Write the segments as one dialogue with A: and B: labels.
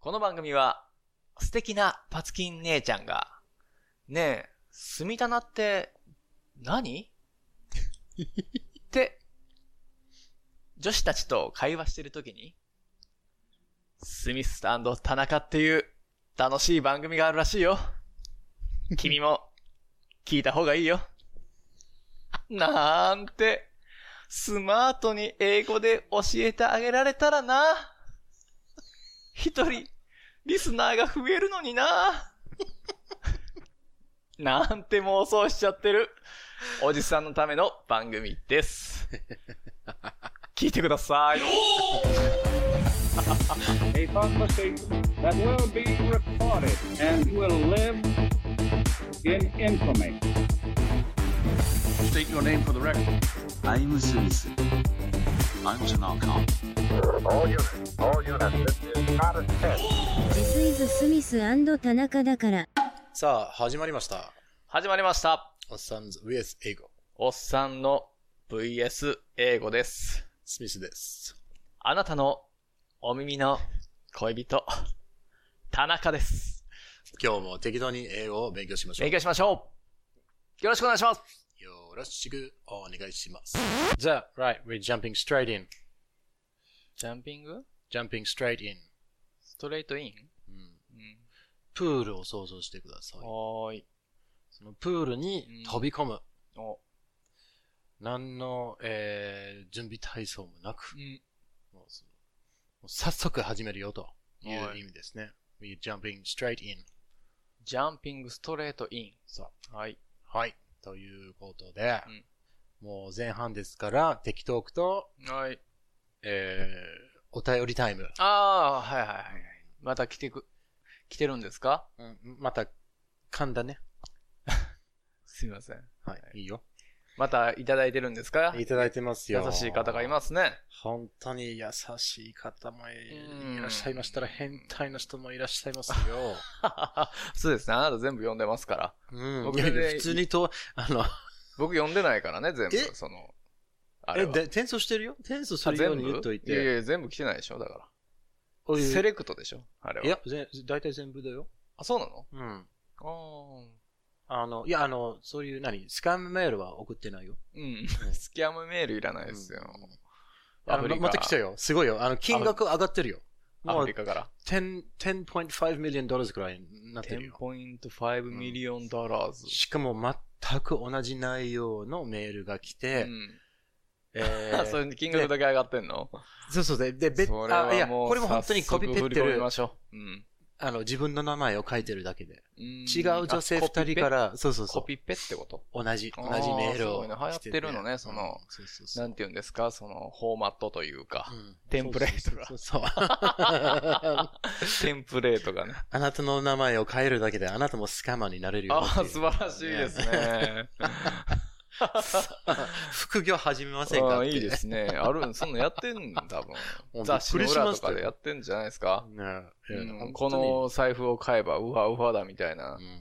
A: この番組は、素敵なパツキン姉ちゃんが、ねえ、住みたなって何、って、女子たちと会話してるときに、スミス田中っていう楽しい番組があるらしいよ。君も聞いた方がいいよ。なんて、スマートに英語で教えてあげられたらな。一人、リスナーが増えるのにな。 なんて妄想しちゃってる、おじさんのための番組 です。聞いてください。
B: a conversation that will be recorded and will live in infamy.
C: State your name for the record.
D: I'm Smith. I'm Tanaka.
E: ジスイズ・スミス田中だから。
F: さあ、始まりました。
A: 始まりました。
F: おっさんズ VS 英語。
A: おっさんの VS 英語です。
F: スミスです。
A: あなたのお耳の恋人、田中です。
F: 今日も適当に英語を勉強しましょう。
A: 勉強しましょう。よろしくお願いします。
F: よろしくお願いします。じゃあ、right, we're jumping straight in.
A: ジャンピング
F: Jumping straight in.
A: ストレートイン、
F: うん
A: うん、
F: プールを想像してください。
A: はーい。
F: そのプールに飛び込む。
A: お、
F: 何の、えー準備体操もなく
A: う、ん。
F: もうそのもう早速始めるよとい
A: は
F: う
A: い
F: 意味ですね。we're jumping straight in.
A: ジャンピングストレートイン。
F: さ
A: はい。
F: あ、はい。ということで、
A: うん
F: もう前半ですから、適当くと
A: はい。
F: えーお便りタイム。
A: あー、はいはいはい。また来てく、来てるんですか
F: うんまた、噛んだね。
A: すいません。
F: はい。いいよ。
A: またいただいてるんですか
F: いただいてますよ。。
A: 優しい方がいますすね。
F: 本当に優しい方も
A: うん
F: いいらっしゃいましたら、変態の人もいらっしゃいますよ。
A: そうですね。あなた全部読んでますから。
F: うん。
A: 僕
F: いや
A: ね
F: いや普通にと、あの、
A: 僕読んでないからね、全
F: え
A: 部。その、あれ
F: え、
A: は。
F: で転送してるよ転送す
A: あ
F: るよう
A: 全
F: に
A: 部
F: 言っとい
A: いや
F: て。
A: いや、全部来てないでしょだか
F: お
A: ら。
F: い
A: セレクトでしょあれは。
F: いや、ぜ大体全部だよ。
A: あ、そうなの
F: うん。
A: あー。
F: あの、いや、あの、そういう何スカムメールは送ってないよ。
A: うん。 スキャムメールいらないですよ。
F: あ
A: アフ
F: の、
A: リ
F: ま
A: カ。
F: また来たよ。すごいよ。あの、金額上がってるよ。
A: ア
F: も
A: フ
F: う
A: リカから。
F: 10 10.5 million dollars くらいになってるよ。
A: 10.5ミリオンドラーズ。
F: しかも全く同じ内容のメールが来て、
A: うん
F: え
A: あ
F: ー
A: それに金額だけ上がってんの
F: そうそうで、で、べ
A: それ
F: あい
A: は
F: や、
A: もう、
F: これも本当にコピペってる、
A: ましょう。うん。
F: あの、自分の名前を書いてるだけで。
A: 違
F: 違う女性二人か。ら、そうそう
A: あ
F: そ
A: コ
F: う、
A: ピペコピペってこと
F: 同じ、
A: あ
F: 同
A: ー
F: じメールを
A: すごいね流行ってるのねその
F: うんそうそうそ
A: な
F: う。
A: んて言うんですかその、フォーマットというか
F: う。ん
A: テンプレートが
F: そうそうそう
A: テンプレートがね。
F: あなたの名前を変えるだけで、あなたもスカマーになれるよ
A: あ
F: っていう。
A: あ、素晴らしいですね。
F: 副業始めませんか
A: あ
F: っ
A: あ
F: て
A: いいですね。ある、そんなやってんの多
F: び
A: 分。
F: っ
A: 雑誌
F: く
A: の
F: りしましたよ
A: 裏とかでやってんじゃないですか。
F: ねえ
A: う
F: いや
A: ん
F: 本当に
A: この財布を買えば、うわうわだみたいな
F: うん、うんうん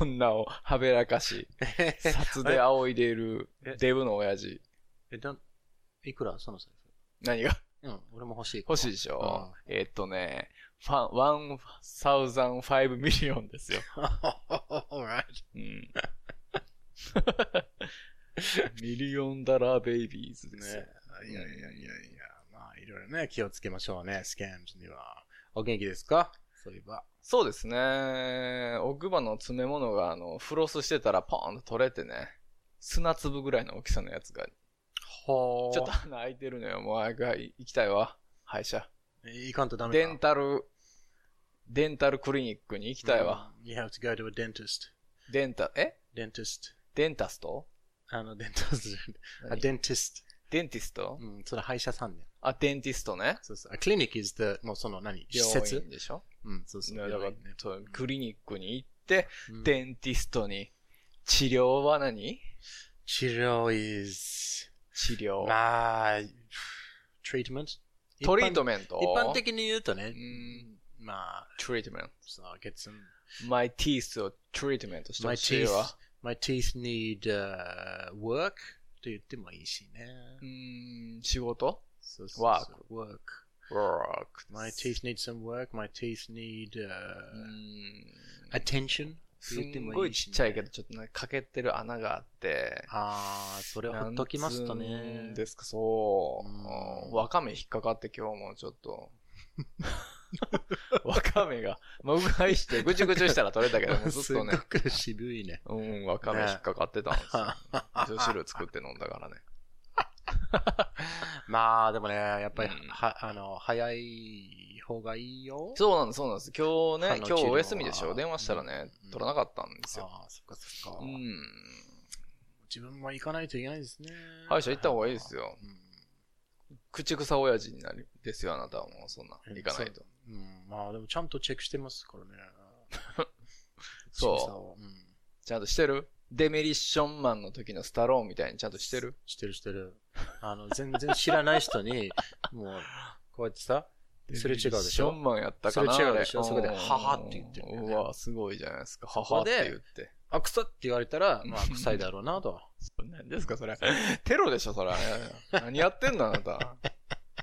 A: 女をはべらかし、
F: えへへ
A: 札で仰いでいる
F: え
A: デブの親父。
F: え、なんいくらその財
A: 何が
F: 布。うん、俺も欲しい。
A: 欲しいでしょえっとね、ファン、1005ミリオンですよ。
F: Alright.
A: うん。ミリオンダラーベイビーズですよ。
F: ね。いやいやいやいや、まあいろいろね、気をつけましょうね、スキャンズには。お元気ですかそういえば。
A: そうですね。奥歯の詰め物が、あの、フロスしてたらポーンと取れてね。砂粒ぐらいの大きさのやつが。ち
F: ほ
A: ょっと穴開いてるのよ。もう早くはい行きたいわ。歯医者。
F: と。いかんとダメ
A: デ
F: か。
A: ンタル、デンタルクリニックに行きたいわ。
F: うん。You have to go to a dentist.
A: デンタ、え
F: Dentist.
A: デンタスト
F: あの、デンタス。あ、
A: 何
F: デンティス
A: デンティスト
F: ト。うん、それ歯医者さんね。
A: あ、デンティストね。
F: そうそう。クリニック is the, もうその何施
A: 病
F: 設
A: 院でしょ
F: うん、そうそう。
A: だから
F: 病院ね、
A: そうクリニックに行って、
F: うん
A: デンティストに、治療は何
F: 治療 is
A: 治
F: Oh.
A: 療。
F: まあ、トリートメント
A: トリート
F: メン
A: メント
F: 一般的に言うとね、Mm,
A: ん
F: まあ、
A: トリートメント。
F: さあ、get some,
A: My teeth をトリートメントして
F: my
A: ほしい
F: teeth,
A: わ。
F: my teeth need、uh, work と言ってもいいしね
A: う。ーん、仕事
F: そう
A: work
F: そう。work.
A: work.
F: My teeth need some work. My teeth need
A: うん
F: uh, attention.
A: すんごいちっちゃいけど、ちょっとね、欠けてる穴があって。
F: ああ、それはほっときまし
A: な
F: た
A: んつう
F: ね
A: ん。ですか、そう
F: うん
A: うん。わかめ引っかかって今日もちょっと。 わかめが、まぐはいして、ぐちゅぐちゅしたら取れた けど、 もうず
F: す
A: っ
F: っ
A: と
F: ご
A: ね。
F: く渋いね。
A: うん、わかめ引っかかってたんですよ。 味噌汁作って飲んだからね。
F: まあ、でもね、やっぱり
A: うん
F: は、あの、早い方がいいよ。
A: そうなんです、そうなんです。今日
F: 歯
A: ね、
F: の治
A: 今
F: 療は
A: 日お休みでしょ。電話したらね
F: う、ん
A: 取らなかったんですよ。
F: ああ、そっかそっか。
A: うん。
F: 自分も行かないといけないですね。
A: 歯医者行った方がいいですよ
F: うん。
A: 口草親父になり、ですよ、あなたはもうそんな、行かないと。
F: うん、まあでもちゃんとチェックしてますからね。
A: そう
F: 審査をうん。
A: ちゃんとしてるデメリッションマンの時のスタローンみたいにちゃんとしてる
F: してるしてる。あの、全然知らない人に、 もう、こうやってさ、すれ違うでし
A: ショ
F: ょ
A: ンマンやったかな
F: それ違うでしょ
A: あ
F: そこでははって言ってるんだよね
A: うわ、すごいじゃないですか。は
F: こ
A: はって
F: で
A: 言って。
F: あ、臭って言われたら、まあ、臭いだろう なと。
A: 何ですか、それ。テロでしょ、それ。何やってんの、あなた。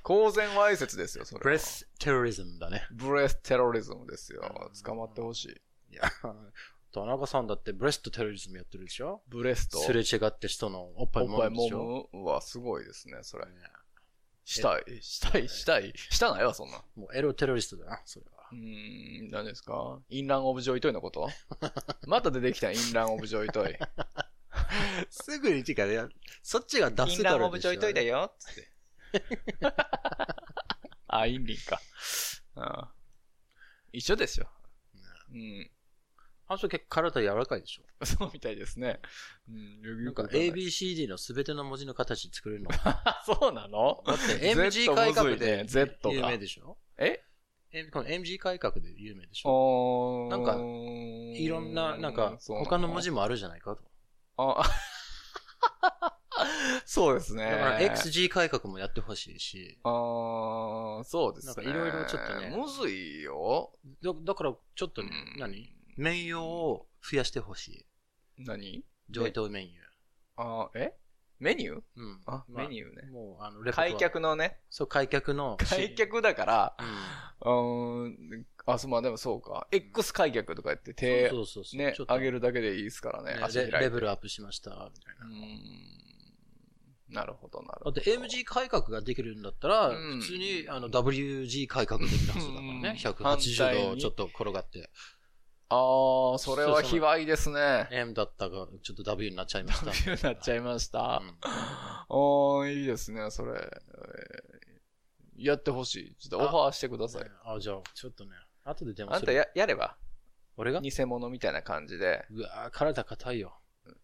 A: 公然わいせつですよ、それは。
F: ブレステロリズムだね。
A: ブレステロリズムですよ
F: う。ん
A: 捕まってほしい。
F: いや、田中さんだってブレストテロリズムやってるでしょ
A: ブレスと、
F: すれ違って人のおっぱい
A: おっ
F: も
A: ぱ
F: む
A: い
F: んでしょ
A: もむうわ、すごいですね、それ。
F: ね
A: したい、したい、したい。したないわ、そんな。
F: もうエロテロリストだな、それは。
A: うーん、何ですかインランオブジョイトイの ことまた出てきた、インランオブジョイトイ。
F: すぐに、てか、いやそっちが出
A: イ
F: せ
A: ン
F: た
A: ラ
F: ら
A: ンオブジョイトイだよ、つって。あ、インリンか。ああ一緒ですよ。うん。
F: あの人結構体柔らかいでしょ
A: そうみたいですね。うん、
F: な
A: よ
F: んか
A: くわかんない
F: ABCD のすべての文字の形作れるの。
A: あ、そうなの
F: だって MG 改革で
A: Z が
F: 有名でしょ
A: え
F: M- この MG 改革で有名でしょ
A: お
F: なんか
A: い
F: いろんな、なんか、他の文字もあるじゃないかと。
A: あ、 そうですね。
F: だから XG 改革もやってほしいし、
A: ああ、そうですね。
F: なんかいろいろちょっとね
A: むずいよ。
F: だだからちょっとね、
A: うん
F: 何名誉を増やしてほしい。
A: 何
F: 上等メニュー。
A: あーえメニュー
F: うん。
A: あ、
F: ま
A: メニューね。
F: もう、あの、レポートは
A: 開。脚のね、
F: そう、 開脚の。
A: 開脚だ から、
F: うん。
A: うーん、あ、そう、まあでもそうか。X 開脚とか言って手、
F: そうそうそう。
A: ね
F: ちょっ、と
A: 上げるだけでいいですからね。
F: ね
A: 足開
F: レ
A: いて
F: レベルアップしました、みたいう
A: ー
F: な。
A: ん。なるほど、なる
F: だ
A: ほ
F: っ
A: ど。
F: て MG 改革ができるんだったら、
A: うん
F: 普通にあの WG 改革できるはずだからね。
A: うん反対
F: 180度
A: に
F: ちょっと転がって、
A: ああ、それは卑猥ですね。
F: M だったがちょっと W になっちゃいました。
A: W になっちゃいました。
F: うん
A: ああ、いいですね、それ。えーやってほしい。ちょっとオファーしてください。
F: あ、じゃあ、ちょっとね、後で電
A: あ
F: 話
A: ん
F: す
A: た
F: る。
A: ややれば
F: 俺が
A: 偽物みたいな感じで、
F: うわー体硬いよ。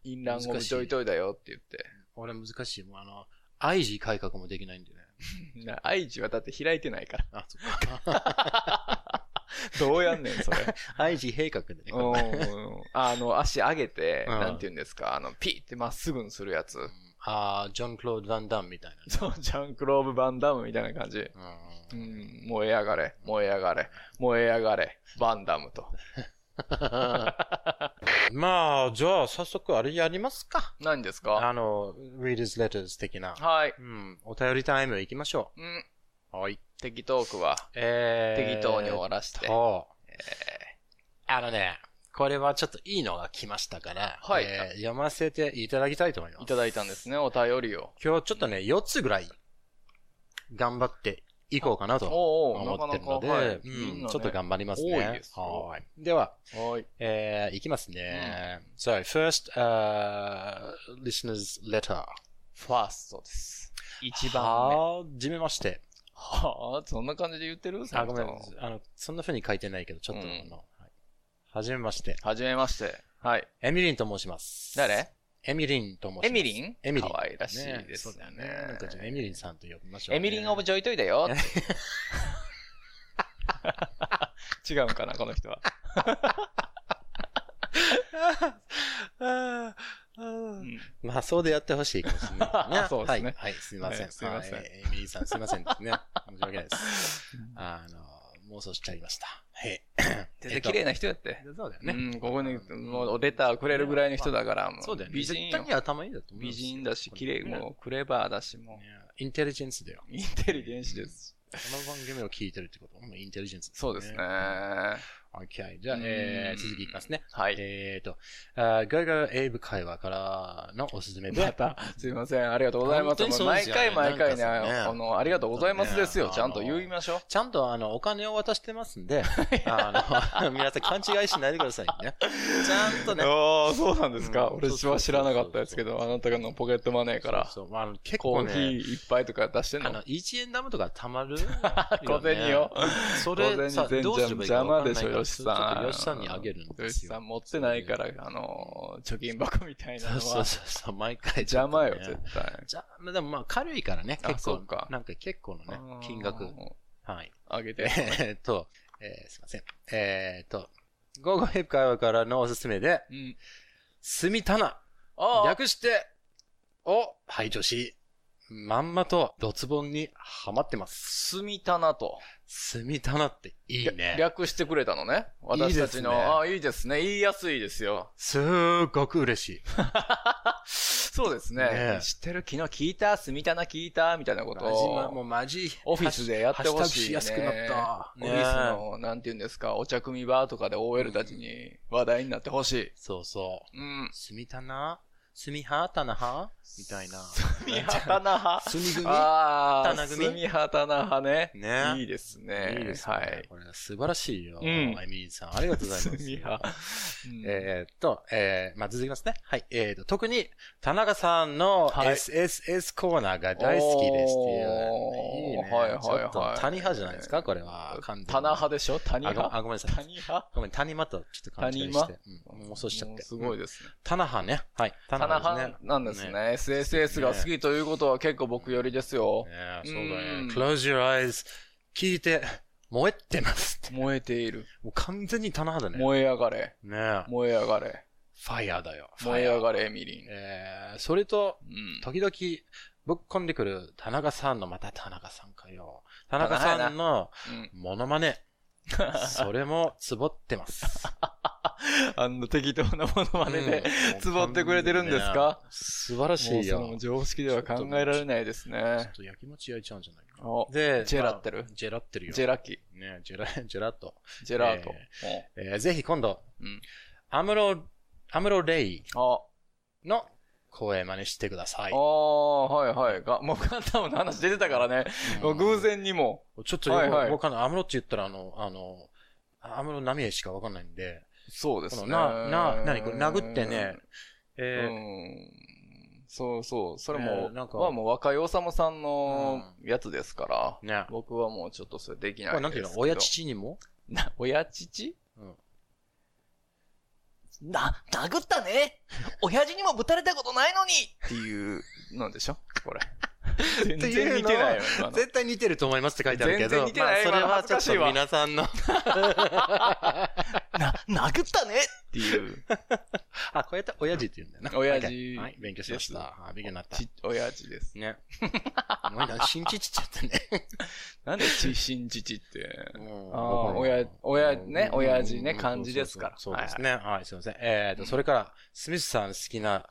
A: インランゴムちょいといだよって言って。
F: 俺難しい。もうあの、IG 改革もできないんでね。
A: な愛知はだって開いてないから。
F: あ、そっか。
A: どうやんねん、そ れ。
F: IG 閉角でね。
A: うんあの、足上げて、
F: うん
A: なんて言うんですか、あの、ピーってまっすぐにするやつ。
F: ああ、ジョン・クロード・ヴァン・ダンみたい
A: そう、ジャンクローブ・バンダムみたいな感じ。
F: なね。
A: う
F: うん
A: ん、燃え上がれ、燃え上がれ、燃え上がれ、バンダムと。
F: まあ、じゃあ、早速あれやりますか。
A: 何です
F: あ
A: か
F: の、Readers Letters 的な。
A: はい。
F: うん。お便りタイム行きましょ
A: うん、
F: う。はい。
A: 適当区は、
F: えー、
A: 適当に終わらして。
F: とあのね、これはちょっといいのが来ましたから、
A: はい
F: えー読ませていただきたいと思います。
A: いただいたんですね、お便りを。
F: 今日ちょっとね、4つぐらい、頑張っていこうかなと
A: おうおう、
F: 思
A: なか
F: っ
A: な
F: てるの
A: か、
F: で、
A: はい。
F: うん
A: みんなね
F: ちょっと頑張りますね。
A: 多いですよ
F: はいでは、
A: はい。
F: えー、いきますね。So, first, uh, listener's letter.
A: ファーストです。一番目。は
F: はじめまして。
A: あ、そんな感じで言ってる
F: あ、ごめん
A: その人。
F: あの、そんな風に書いてないけど、ちょっと、
A: うん
F: あの、はいはじめまして。
A: はじめまして。はい。
F: エミリンと申します。
A: 誰
F: エミリンと申します。
A: エミリン
F: エミリン。
A: 可愛らしいですよ
F: そうだ
A: ね
F: よね。なんかじゃあエミリンさんと呼びましょう、
A: エミリン・オブ・
F: ジ
A: ジョイトイだよ。 違うんかな、この人は。うん。
F: まあ、そうでやってほしいかもしれないね
A: そうですね
F: はい、はい、すいません。
A: ねすいません
F: はエミリンさん、すいませんですね。申し訳な いです。あの、妄想しちゃいました。はい。
A: 全然綺麗な人やって。
F: そうだよ
A: う
F: ね。
A: ん、ここに、もう、レターくれるぐらいの人だから、も
F: そうだよね。
A: 美人
F: 絶
A: よ
F: 対に。頭いいんだと思う。
A: 美人だし、綺麗、
F: ね
A: もう、クレバーだし、も
F: インテリジェンスだよ。
A: う、インテリジェンスです。
F: の番組を聞いてるってことは、インテリジェンスですね。
A: そうですね。
F: OK。じゃあ、えー、続きいきますね。
A: はい。
F: えーと、あーガガエイブ会話からのおすすめで。
A: また、すいません。ありがとうございま
C: 本当
A: す。
C: に
A: もう
C: そうで
A: 毎
C: すよね
A: 回毎回ね、
C: なんかさね
A: あの、ありがとうございますですよ。
F: 本
A: ち
F: 当
A: ゃん
F: にね
A: と言いましょう。
F: ちゃんとあの、お金を渡してま すんで、あの、 皆さん勘違いしないでくださいね。ちゃんとね。
A: ああ、 そうなんですか。
F: うん
A: 俺は知らなかったですけ
F: そう
A: ど、
F: そ
A: あ
F: うそうそう
A: なたがのポケットマネーから、
F: そうそうまああの、結
A: コ
F: 構
A: ーヒー
F: ね、
A: いっぱいとか出してん
F: あ
A: の
F: の、1円ダムとか貯まる
A: 小銭を。
F: そ
A: 小銭
F: れさ、
A: 全然
F: どうすればいいか分かんないか
A: 邪
F: ら
A: 魔でしょ吉さん
F: ちょっと吉さんにあげるん
A: よ
F: で
A: し
F: す
A: さ
F: よ。
A: ん持ってないから、あの、貯金箱みたいなの
F: そう そう
A: は
F: そう、毎回ちょ
A: 邪
F: っと
A: 魔
F: ね。
A: よ、絶対。
F: じゃあ、まあでもまあ軽いからね、
A: あ
F: 結
A: そ
F: 構
A: うか、
F: なんか結構のね、金額。はい。
A: あげて。
F: えーっと、えーすいません。えーっと、ゴーゴーヘップ会話からのおすすめで、
A: うん。
F: すみたな、
A: ああ、
F: 略して、を排除し、まんまとドツボンにはまってます。
A: すみたなと。
F: すみたなっていいね。
A: 略してくれたのね。
F: いい
A: 私
F: で
A: たち
F: すね
A: の、ああ、いいですね。言いやすいですよ。
F: すーごく嬉しい。
A: そうですね。
F: ねえ
A: 知ってる昨日聞いたすみたな聞いたみたいなこ
F: マジ
A: と
F: ま、
A: を。
F: もうマジ。
A: オフィスでやってほしい、ね。
F: ハッシュタグしやすくなった
A: オフィスの、なんて言うんですか、お茶組みバーとかで OL たちに話題になってほしい。
F: そうそう。
A: うん。
F: すみたな、すみはたなはみたいな。
A: みはたなは。
F: すみ組
A: ああ、
F: たな組
A: すみはたなはね。
F: ね
A: いいですね。
F: いいですね。
A: はい。
F: これ素晴らしいよ。
A: うん
F: あゆみんさん、ありがとうございます。
A: すみは。え
F: えーっと、えー、まあ、続きますね。はい。えーっと、特に、田中さんの
A: はい
F: SSS コーナーが大好きですっていう。
A: おー
F: いいね。
A: はいはいはい
F: ちょっと、谷派じゃないですかこれは。完全に
A: タナハでしょタニ
F: あご
A: ハ
F: あ、ごめんなさい。
A: 谷派
F: ごめん、谷間とちょっと勘違いして。うん、妄想しちゃって。
A: すごい
F: うん。
A: ですね。
F: 田中ね。はい。
A: タ
F: 田
A: ナ
F: 中
A: ハ
F: ね。
A: なんですね。SSS が好きということは結構僕寄りですよ。
F: ねそうだ
A: う
F: ね
A: ん。
F: Close your eyes. 聞いて、燃えてますって。
A: 燃えている。
F: もう完全に棚派だね。
A: 燃え上がれ。
F: ねえ。
A: 燃え上がれ。
F: ファイヤーだよ。
A: 燃え上がれ、エミリン。
F: えー、それと、
A: うん。
F: 時々、ぶっ込んでくる田中さんの、また田中さんかよ。田中さんの
A: うん
F: モノマネ。それも、つぼってます。
A: あの、適当なものまねで、
F: うん
A: つぼってくれてるんですか
F: 素晴らし
A: もう
F: いよ。
A: その常識では考えられないです
F: ちょ
A: ね
F: っ。と焼きもち焼いちゃうんじゃないかな。
A: お
F: で、
A: ジェラってる
F: まあジェラってるよ。
A: ジェラキ、
F: ね、ジェラ、ジェラっと。
A: ジェラート。
F: えーぜひ今度、
A: うん
F: アムロ、アムロレイ
A: あ、
F: の声真似してください
A: あ。あ、はいはい。がもうガンダムの話出てたからね。もう偶然にも。
F: ちょっとよ
A: はいはい
F: くわかんない。アムロって言ったら、あの、あの、アムロナミエしかわかんないんで、
A: そうで
F: こ
A: す
F: の、
A: ね。
F: な、な、なにこれ、殴ってね、
A: う
F: えー
A: ん。そうそう。それ
F: え
A: も
F: ー、なんか
A: はもう若いおさむさんのやつですから。
F: ね、
A: 僕はもうちょっとそれできない
F: これなん
A: で
F: て
A: すけ
F: いうの
A: ど
F: 親父にも
A: な、親父
F: うん
A: な、殴ったね親父にもぶたれたことないのにっていう、なんでしょこ れ。全
F: ってい
A: 然似
F: うの
A: てないよ、今の。
F: 絶対似てると思いますって書いてあるけ
A: 全然
F: ど
A: 似、て
F: ま
A: な
F: あ
A: い
F: それ
A: 今の
F: は
A: 恥ず
F: ち
A: か
F: ょっ
A: しい
F: と
A: わ
F: 皆さんの、
A: な、殴ったねっていう。
F: あ、こうやって親父って言うんだよな。
A: 親
F: はい
A: 父
F: はい、勉強しました。はい勉強になった。
A: ち、親父です。
F: ね。お前なんか新父ちっちゃったね。
A: なんで、ち、新父って。
F: うん
A: あー
F: わかんない
A: 親親ね
F: うん
A: 親父ね
F: うん
A: 漢字ですから
F: そうそうそうそうですね。はい、すいません。えっと、それから、スミスさん好きな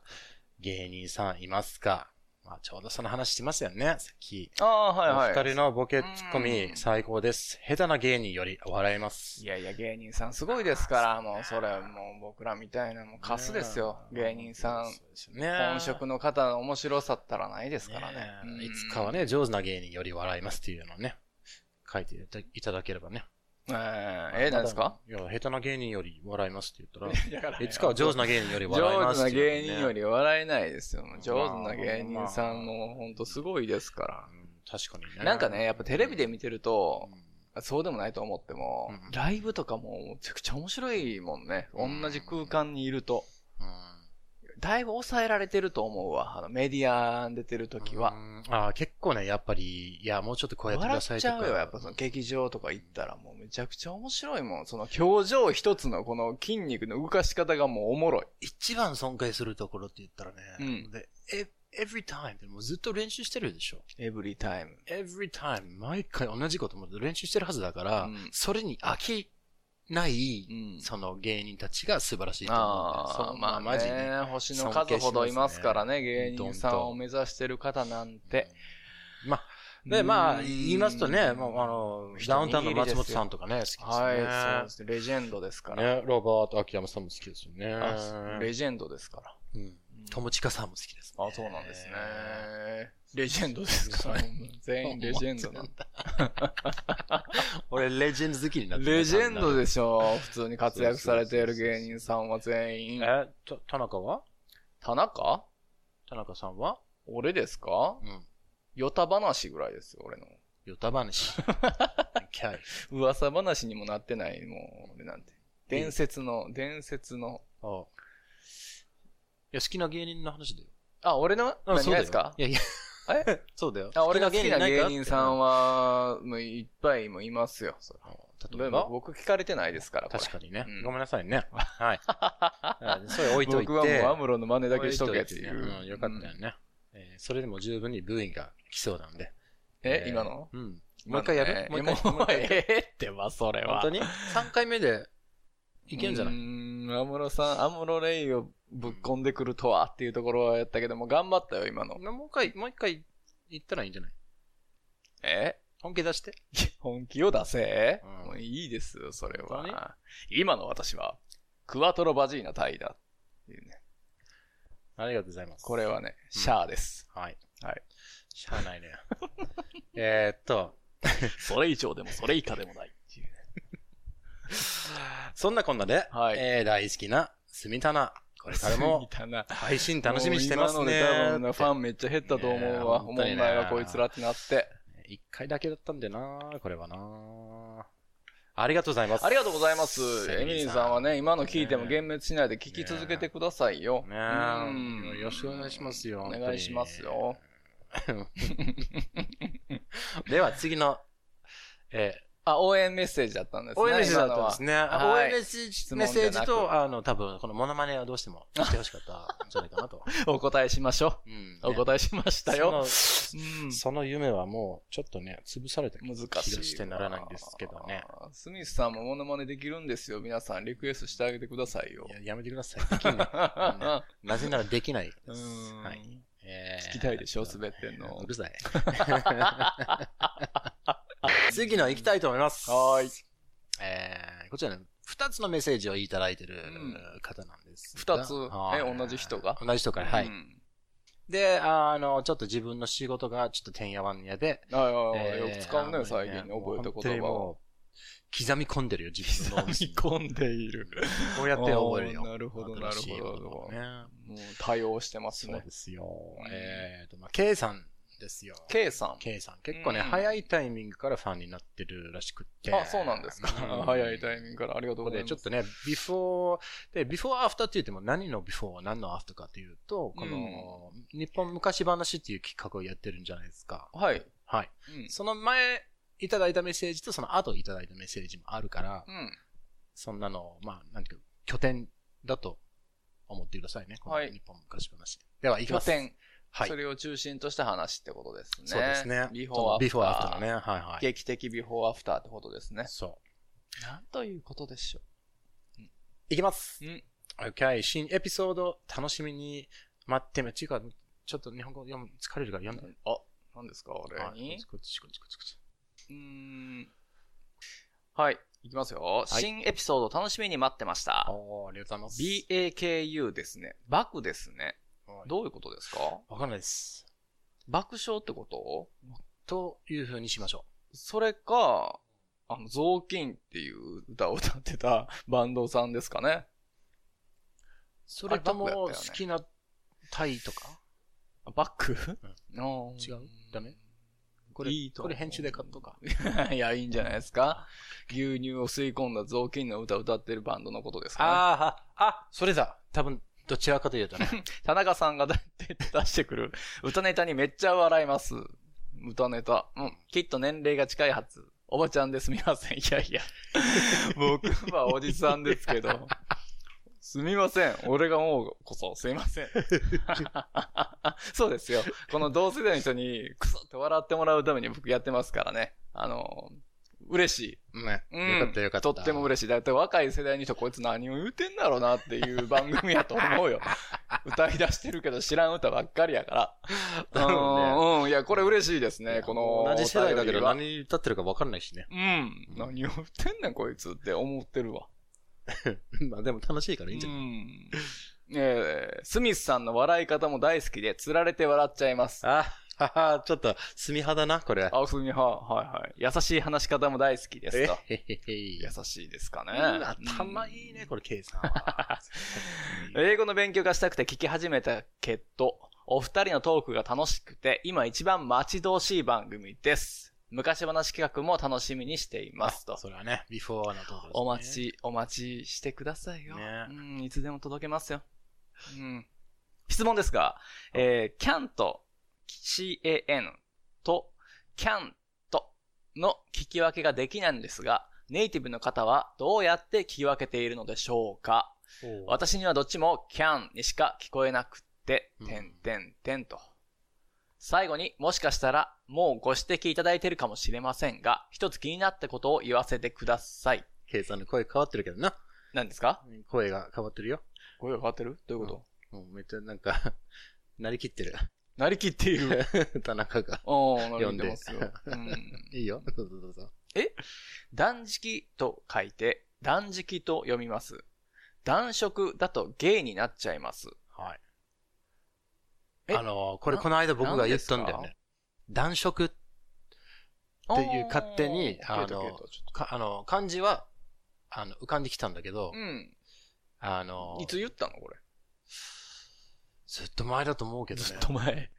F: 芸人さんいますかまあ、ちょうどその話してますよね、さっき。
A: ああ、はい
F: お
A: は
F: 二
A: い。
F: 人のボケツッコミ
A: うん
F: 最高です。下手な芸人より笑えます
A: い。やいや、芸人さんすごいですから、もうそれ、もう僕らみたいな、もうカスですよ。芸人さん。
F: ん。ね
A: 本職の方の面白さったらないですからね。うん
F: ねいつかはね、上手な芸人より笑いますっていうのをね、書いていたいただければね。
A: えー、えー、何ですか
F: いや、下手な芸人より笑いますって言っ
A: だか
F: た
A: ら
F: ら、いつかは 上手な芸人より笑い
A: 上
F: ま
A: 手
F: す
A: な
F: っていうね
A: 芸人より笑えないですよ。上手な芸人さんもほんとすごいですか
F: うん確かにね。
A: ら。なんかね、やっぱテレビで
F: 見
A: 見てると、そうでもないと思っても
F: う、ん
A: ライブとかもめちゃくちゃ面白いもんね。同
F: うん
A: じ空間にいると。だいぶ抑えられてると思うわ。あの、メディアに出てる時は。
F: ああ、結構ね、やっぱり、いや、もうちょっとこうやってく
A: 笑
F: だ
A: っ
F: さい
A: ち
F: とか。
A: ゃうよ。やっぱその劇場とか行ったらもうめちゃくちゃ面白いもん。その表情一つのこの筋肉の動かし方がもうおもろい。
F: 一番尊敬するところって言ったらね、
A: うん
F: で、え every time ってもうずっと練習してるでしょ。
A: エブリタイム。
F: every time 毎回同じことも練習してるはずだから、
A: うん
F: それに飽きない、
A: うん
F: その芸人たちが素晴らしいと
A: あ
F: 思うんだよ
A: あ、
F: その
A: まあ、
F: マジで。
A: ね、星の数ほどいますからね、芸
F: 尊敬しますね
A: 人さんを目指してる方なんて。
F: まあ、で、まあ、
A: うん
F: 言いますとね、まあ、あの、
A: 一握りですよ
F: ダウンタウンの松本さんとかね、好きですよね。
A: はい、そうですね。レジェンドですから。
F: ね、ロバート秋山さんも好きですよね。
A: あレジェンドですから。
F: うん。友近さんも好きです、
A: あ、そうなんですね。レジェンドですから。全員レジェンドなんだ。
F: 俺、レジェンド好きになって
A: レジェンド
F: す。
A: でしょ。普通に活躍されている芸人さんは全員。
F: え、と田中は
A: 田中
F: 田中さんは
A: 俺ですか
F: うん。
A: ヨタ話ぐらいですよ、俺の。
F: ヨ タ話。キャイ。
A: 噂話にもなってない、もう、俺なんて。伝説の、伝説の。
F: ああいや、好きな芸人の話だよ。
A: あ、俺の、
F: あ
A: 何がですか
F: いやいや、
A: え
F: そうだよ。
A: あ、俺が好きな芸
F: い
A: 人さん
F: は。
A: は、もういっぱいもいますよ。それ
F: あ
A: で
F: 例えば
A: も僕聞かれてないですから、これ
F: 確かにね
A: う。ん
F: ごめんなさい ね。はい。はい それ置いとい
A: 僕
F: て。
A: はもうアムロの真似だけしとけってい
F: 置とてね
A: う。
F: んよかったよね。えーそれでも十分にブーインが来そうなんで。
A: え、
F: ー
A: 今の
F: うん。もう一回やる
A: も
F: も
A: う
F: う
A: 一回。
F: 一回
A: も
F: も
A: う一
F: う
A: 回
F: 一回
A: ええってば、それ
F: 本
A: は。
F: 当に ?3 回目でいけるんじゃな
A: う
F: い
A: ーん、アムロさん、アムロレイをぶっ込んでくるとはっていうところはやったけども、頑張ったよ、今の。
F: もう一回、もう一回行ったらいいんじゃない
A: え
F: 本気出して。
A: 本気を出せ、
F: うん
A: もういいですよ、それ
F: 本当に
A: は。今の私は、クワトロバジーナタイだ。っていうね。
F: ありがとうございます。
A: これ。はね、シャアです。
F: はい。
A: はい。
F: しゃあないね。 えーっと、
A: それ以上でもそれ以下でもないっていうね。
F: そんなこんなで、
A: はい
F: えー大好きな、すみたな。これか らも、
A: 過ぎたな
F: 配信楽しみにしてます
A: もう
F: ね。
A: 今ので多分なファンめっちゃ減ったと思
F: ねえ
A: うわ。お
F: 本
A: も
F: 当
A: ん
F: にね
A: ないわ、こいつらってなって。
F: 一回だけだったんだよな、これはな。ありがとうございます。
A: ありがとうございます。エ
F: エ
A: ミ
F: ミ
A: リ
F: リ
A: ン
F: ン
A: さ
F: さ
A: ん
F: ん
A: はね、今の聞いても
F: ね
A: 幻滅しないで聞き続けてくださいよ。
F: ね
A: うん
F: え。よろしくお願いしますよ。
A: お願いしますよ。
F: 本当に。では次の、え
A: あ、応援メッセージだったんです
F: ー、
A: ね。
F: 応援メッセージだったんですね。応
A: はい
F: 援メッセー
A: 質
F: ジ、
A: 問じゃな
F: メッ
A: く
F: セージと、あの、多分、このモノマネはどうしてもしてほしかったんじゃないか なと。
A: 今のはお答えしましょ
F: うん
A: う。お答えしましたよ。
F: そ
A: うん
F: のその夢はもう、ちょっとね、潰されて
A: 難しいわ。
F: 気がしてならないんですけどね。
A: スミスさんもモノマネできるんですよ。皆さん、リクエストしてあげてくださいよ
F: い。ややめてください。できない。 なぜならできないから
A: う
F: です。
A: ん
F: はい。えー
A: 聞きたいでしょ滑ってんの
F: うるさい。 次の行きたいと思います。
A: はーい。
F: えー、こちらね、二つのメッセージをいただいてる
A: う
F: 方なんですが。
A: 二つ
F: はい
A: え同じ人が
F: 同じ人から、はい。
A: うん
F: で、あの、ちょっと自分の仕事がちょっとてんやわんやで、
A: はいはいはい。
F: えー
A: よく使う
F: あ
A: ね、
F: の
A: 最近ね覚え
F: もう
A: た
F: 本当に
A: 言葉を。
F: もう刻み込んでるよ、自分の脳みそに
A: 込んでいる。
F: こうやって覚えるよ。
A: あーなるほど
F: 新しい
A: なるほど
F: ことをね。
A: もう対応してます
F: そう
A: ね。
F: ですよ
A: ん。
F: えっと、まあ、K さんですよ。
A: K さん。
F: K さん、結構ね、
A: うん
F: 早いタイミングからファンになってるらしくって。
A: あ、そうなんですか。
F: う ん
A: 早いタイミングからありがとう
F: こ
A: ご
F: こ
A: ざい
F: で
A: ます。
F: ちょっとね、ビフォー、で、ビフォーアフターって言っても何のビフォー、何のアフターかというと、この、日本昔話っていう企画をやってるんじゃないですか。
A: はい。
F: はい。その前、いただいたメッセージとその後いただいたメッセージもあるから、
A: うん。うん。
F: そんなのを、まあ、なんていうか、拠点だと思ってくださいね。この
A: はい
F: 日本昔話。では、行き
A: 拠
F: ます。
A: 点。
F: はい
A: そ。れを中心とした話ってことですね。
F: そうですね。
A: ビフ
F: そ
A: ォーアフター。
F: のビフォーアフターのね。はいはい。
A: 劇的ビフォーアフターってことですね。
F: そ
A: なんということでしょ
F: う。いきます
A: う。。ん。
F: OK。新エピソード楽しみに待ってみていうか、ちょっと日本語読む、疲れるから読んで。
A: あ、何ですか俺に
F: あ。こっちこっちこっちこっち。
A: うーん。はい。いきますよ、新エピソード楽しみに待ってました。
F: おー、ありがとうございます。
A: BAKU ですね。バクですね。
F: はい
A: どういうことですか
F: わかんないです。
A: 爆笑ってこと
F: というふうにしましょ
A: それか、あの、雑巾っていう歌を歌ってたバンドさんですかね。
F: う。それとも、
A: あれバック
F: 好
A: だったよね
F: きなタイとか
A: あバック、あー
F: 違うダメこれ、
A: いいと思
F: こ
A: う
F: れ編集でカットか。
A: いや、いいんじゃないですか牛乳を吸い込んだ雑巾の歌を歌ってるバンドのことですか、ね、
F: あー、あ、あそれだ。多分、どちらかというとね。
A: 田中さんが出してくる歌ネタにめっちゃ笑います。歌ネタ。うん。きっと年齢が近いはず。おばちゃんですみません。いやいや。僕はおじさんですけど。すみません。俺がもうこそ、すいません。そうですよ。この同世代の人に、クソって笑ってもらうために僕やってますからね。あの、嬉しい。
F: ね、
A: うん
F: よかったよかった。
A: とっても嬉しい。だって若い世代に人こいつ何を言うてんだろうなっていう番組やと思 うよ。歌い出してるけど知らん歌ばっかりやから。
F: だ
A: う
F: ろ
A: ん、うん。いや、これ嬉しいですね。この、
F: 同じ世代だけど
A: お便りは
F: 何歌ってるか分かんないしね。
A: うん。何を言ってんねん、こいつって思ってるわ。
F: まあでも楽しいから
A: う
F: いいんじゃない、
A: ん。えースミスさんの笑い方も大好きで、釣られて笑っちゃいます。
F: あ、はは、ちょっと、炭派だな、これ。
A: 青スミは、はいはい。優しい話し方も大好きで
F: え
A: すと。
F: へへへい
A: 優しいですかね。
F: 頭いいね、これ、K さん は。
A: 英語の勉強がしたくて聞き始めたけど、お二人のトークが楽しくて、今一番待ち遠しい番組です。昔話企画も楽しみにしていますと。
F: それはね、ビフォーのところですね
A: お待。ち、お待ちしてくださいよ。
F: ね
A: うん、いつでも届けますよ。うん。質問ですが、えー、can と can と can との聞き分けができないんですが、ネイティブの方はどうやって聞き分けているのでしょうか
F: おう
A: 私にはどっちも can にしか聞こえなくって
F: う、ん
A: てんてんてんと。最後にもしかしたらもうご指摘いただいているかもしれませんが、一つ気になったことを言わせてください。
F: K さんの声変わってるけどな。
A: 何ですか
F: 声が変わってるよ。
A: 声が変わってるどういうこと、
F: もうめっちゃなんか、 なりきってる。
A: なりきってい る。
F: 田中が。
A: おー、なり
F: 読
A: き
F: ん
A: っ
F: で
A: てますよ。うん
F: いいよ。どうぞどうぞ。
A: 断食と書いて、断食と読みます。断食だとゲイになっちゃいます。
F: はい。
A: え
F: あのー、これこの間僕が言ったんだよ
A: なんで
F: ね。男色っていう勝手に、
A: おー
F: あ
A: ゲイとゲイ
F: の
A: とち
F: ー、かあのー、漢字は、あの、浮かんできたんだけど
A: ょ、っ
F: あ
A: と
F: の
A: うん。
F: ー
A: い、つ言ったのこれ。
F: ずっと前だと思うけどね。
A: 前。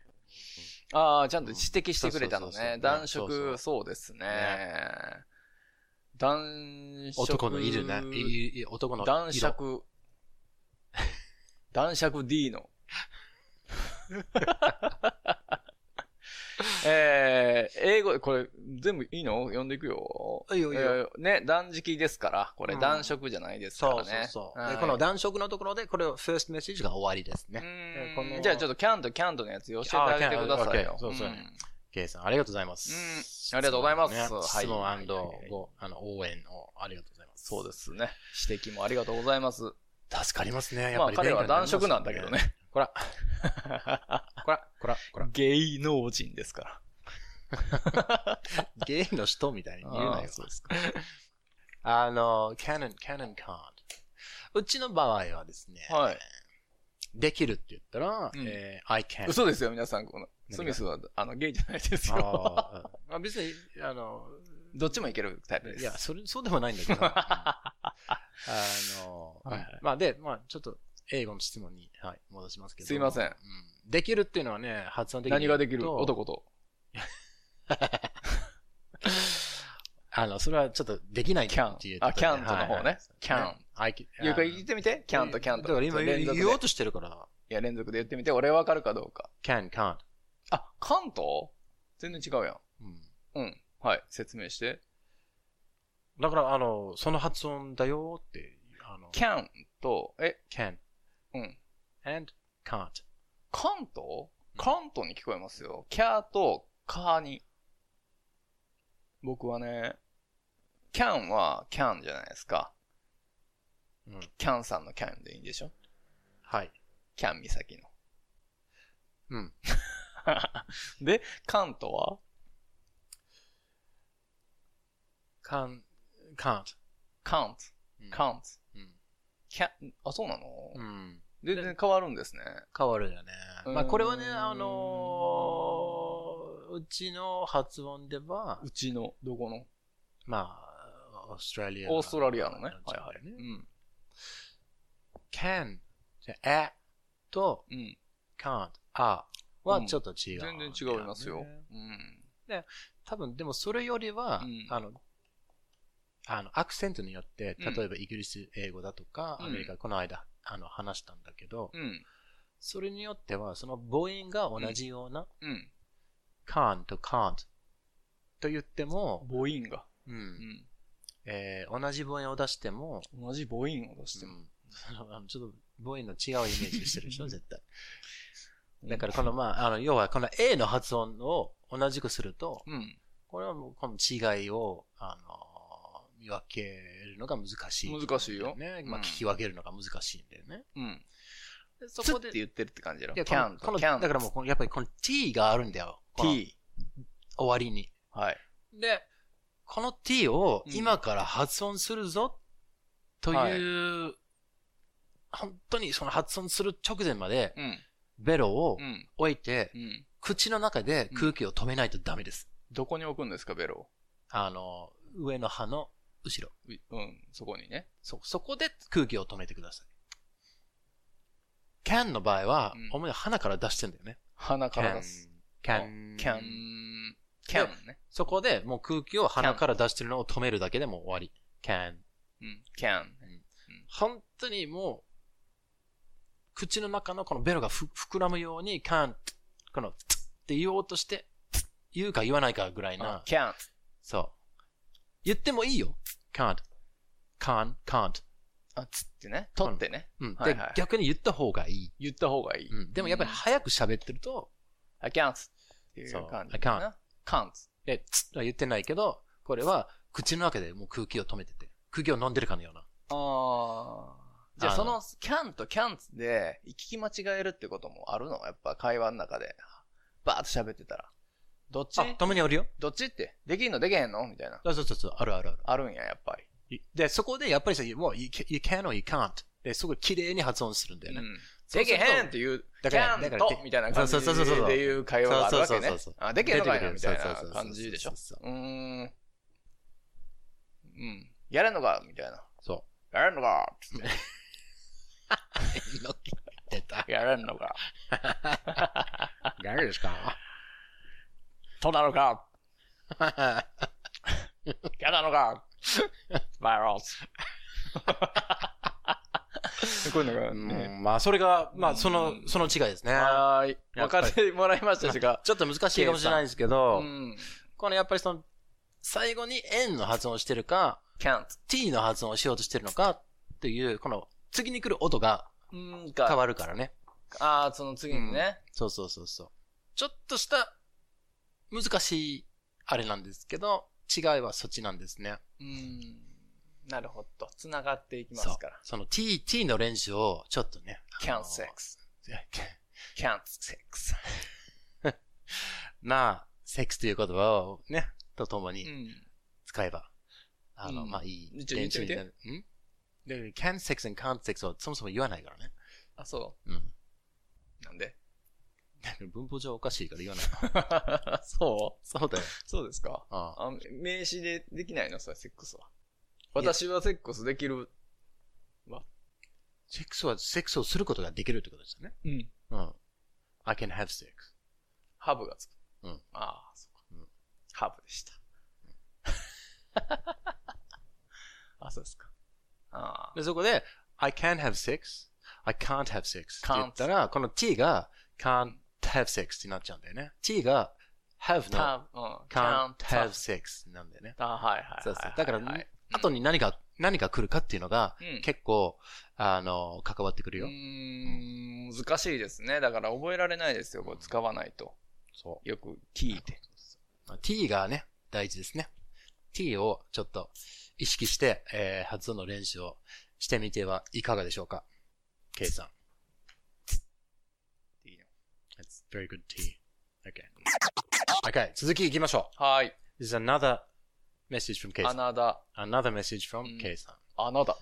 A: ああ、ちゃんと指摘してくれたの
F: そうそうそうそ
A: ね
F: う。
A: 断
F: ねそうそ
A: 食、
F: う
A: そうですね。断食。
F: 男のいるね。いいい男の色
A: 男 爵。男爵 D の。えー、英語、これ、全部いいの読んでいくよ。
F: いいよいいよ
A: えーね、断食ですから、これ、
F: うん
A: 男色じゃないですから
F: そう
A: ね。
F: そうそう。
A: はい
F: でこの男色のところで、これを、ファーストメッセージが終わりです
A: う
F: ね。
A: ーん
F: この
A: じゃあ、ちょっとキャンとキャンとのやつ教えてあげてください
F: あーキャン
A: よ。
F: オッケーそうそうん K さん、ありがとうございます。
A: うんありがとうございます
F: 質問ね質問
A: はい
F: ごあの応援をありがとうございます。
A: そうですね。指摘もありがとうございます。
F: 助かりますね。や
A: ま
F: っ
A: あ、
F: ぱり、
A: 彼は男色なんだけど。ね。
F: こら、こら、こら、こら。
A: 芸能人ですから。
F: ゲイの人みたいに言う
A: あ
F: な
A: ー
F: よ。
A: そう
F: ですか。あの、canon, canon, can't。うちの場合はですね、
A: はい。
F: できるって言ったら、
A: うん
F: えー I can.
A: 嘘ですよ、皆さん。この、
F: が
A: スミスは、あの、ゲイじゃないですよ。
F: あー まあ別に、あの、
A: どっちもいけるタイプです。
F: いや、それ、そうでもないん だけど。うんあの、
A: はいはい
F: まあで、まあちょっと英語の質問に、はい、戻しますけど。
A: すいません
F: うできるっていうのはね、発音的に。
A: 何ができる男。と。
F: あの、それはちょっとできないっていうところで。
A: can あ can との方ね
F: はいはい
A: can。
F: I can-
A: ゆうか言ってみて。キャンとキャンと。
F: だから今
A: 連
F: 言
A: 続で
F: 言おうとしてるから、
A: いや、連続で言ってみて。俺わかるかどうか。
F: can, can't。
A: あ、関東全然違うやん。
F: うん
A: うん。はい。説明して。
F: だから、あの、その発音だよって、あの、
A: キャンと、え、
F: can
A: うん。
F: and can't。
A: 関東関東に聞こえますよ。キャーとカーに。僕はね、キャンはキャンじゃないですか。
F: うん。
A: キャンさんのキャンでいいんでしょ
F: はい。
A: キャン岬の。
F: うん。
A: で、関東は
F: can, can't。
A: カンツ、カンツ、
F: うん。
A: キャン、あ、そうなの、
F: うん。
A: 全然変わるんですね。
F: 変わるよね。
A: うん
F: まあ、これはね、あのーうちの発音では、
A: うちの、どこの
F: まあ、オーストラリア。
A: オーストラリアのね。はい
F: はい
A: はい。うん。
F: can, じゃあえと
A: うん。
F: can't, あ
A: う
F: は
A: ん
F: ちょっと違う、
A: 全然違いますよ。
F: 多分、でもそれよりは、
A: うん
F: あの、あの、アクセントによって、
A: うん
F: 例えばイギリス英語だとか、
A: うん
F: アメリカ、この間、あの、話したんだけど、
A: うん。うん。
F: それによっては、その母音が同じような、
A: うん。
F: can't と can't と言っても、
A: 母音が。
F: うん
A: うん。
F: えー同じ母音を出しても、
A: 同じ母音を出して
F: う
A: も。、
F: んあのちょっと母音の違うイメージしてるでしょ、絶対。だかららこの、まあ、あの、要はこの A の発音を同じくすると、
A: うん。
F: これはもうこの違いを、あのー見分けるのが難しい、
A: 難しいよ
F: ね。まあ、
A: うん
F: 聞き分けるのが難しいんだよね。
A: うん。
F: でそ
A: そ
F: こ
A: こ
F: で、
A: で
F: い
A: 言ってるって感じやろ。キ
F: や
A: ャン
F: こ
A: と
F: の
A: キャン。
F: だからもうこの、やっぱりこの t があるんだよ。この
A: t。
F: 終わりに。
A: はい。
F: で、この t を
A: うん
F: 今から発音するぞ、という、本当にその発音する直前まで、
A: うん。
F: ベロを
A: うん。
F: 置いて、
A: うん。
F: 口の中で空気を止めないとダメです。
A: どこに置くんですか、ベロを
F: あの、上の歯の後ろ。
A: ううん。そこにね。
F: そ、そこで空気を止めてください。can の場合は
A: うん、
F: 主に鼻から出してんだよね。
A: 鼻から出す。
F: can,
A: キャン。キャンね。
F: そこでもう空気を鼻から出してるのを止めるだけでもう終わり。can.
A: うん。キャン。
F: 本当にもう、口の中のこのベロがふ膨らむように can, この、つって言おうとして、つ言うか言わないかぐらいな
A: あ。キャン。
F: そう。言ってもいいよ。can't, can't, can't.
A: あ、つってね。取ってね。
F: うん。
A: はい
F: で
A: はい、
F: 逆に言った方がいい。
A: 言った方がいい。
F: うん。でもやっぱり早く喋ってると、
A: I can't っていう感じかな。can't.
F: で、つは言ってないけど、これは口の中でもう空気を止めてて、空気を飲んでるかのような。
A: ああ。じゃあ
F: あ
A: そ
F: の
A: の can と can't で聞き間違えるってこともあるのやっぱ会話の中で。バーッと喋ってたら。どっち
F: あ、たまにあるよ。
A: どっちってできんのできへんのみたいな。
F: あそうそうそう、あるあるある。
A: あるんや、やっぱり。
F: で、そこでやっぱりさ、もう、you ca- you can or you can't。で、すごい綺麗に発音するんだよね。
A: できへんって
F: いう。
A: いう、
F: だ
A: だ
F: か
A: からら、
F: だ
A: だ
F: か
A: からら、みたいな感
F: そう
A: じ
F: そうそうそう
A: でいう会話があるわけね
F: そうそうそう。
A: あ、できへんのかいな、みたい
F: 出てくる
A: な感じでしょ
F: そうそう。
A: うーん。うん。やれんのかみたいな。
F: そ
A: やれんのかつって
F: う。のっけ出た。
A: やれんのか
F: 誰ですか
A: となの か嫌なのかバイロス。 こういうのがね。
F: まあ、それが、まあ、その
A: う、ん
F: その違いですね。
A: はーい。
F: や
A: 分か
F: っぱり
A: ってもらいましたしが。
F: ちょっと難しいかもしれないですけど、
A: ん。
F: このやっぱりその、最後に円の発音をしてるか、
A: can't.
F: t の発音をしようとしてるのかっていう、この、次に来る音が
A: うん
F: 変
A: か。
F: わるからね。
A: ああ、その次にね。
F: そうそうそうそう。ちょっとした、難しい、あれなんですけど、違いはそっちなんですね。
A: うん。なるほど。つながっていきますから。
F: その t, t の練習を、ちょっとね。
A: can't sex.
F: いや
A: can't sex.
F: まあ、セックスという言葉をね、ととも
A: う
F: に
A: ん。
F: 使えば、あの、
A: うん
F: まあいい
A: ちょ
F: 練習に
A: 言
F: な
A: っ
F: る。んだから can sex and can't sex をそもそも言わないからね。
A: あ、そ
F: うん。
A: う。なんで
F: だから文法上おかしいから言わ ない。
A: そう
F: そうだよ。
A: そうですか
F: ああ
A: あ名詞でできないのそれ、セックスは。
F: いや
A: 私はセックスできる。
F: セックスは、セックスをすることができるってことですよね。
A: うん。
F: うん。I can have sex.
A: ハブがつく。
F: うん。
A: ああ、そっか。
F: うん
A: ハブでした。 あ、そうですか。ああ。
F: で、そこで、I can have sex, I can't have sex って言ったら、この t が can't have sex になっちゃうんだよね。t が have
A: た、
F: の
A: うん。
F: can't have
A: ス。
F: sex なんだよね。
A: あ、はいはいはいはいはい。
F: そうそう。だから、
A: うん
F: 後に何が、何が来るかっていうのが、
A: うん
F: 結構、あの、関わってく
A: う
F: るよ。
A: ーん、難しいですね。だから覚えられないですよ。これ使わないと。
F: そ
A: よく聞いて。
F: う。t がね、大事ですね。t をちょっと意識して、えー、発音の練習をしてみてはいかがでしょうか。ケイさん。That's very good tea. Okay. Okay, 続き行きましょ
A: はい。
F: う。This is another message from K
A: あ
F: さん。
A: なだ。
F: Another message
A: う
F: from
A: ん
F: K さん。
A: あなだ。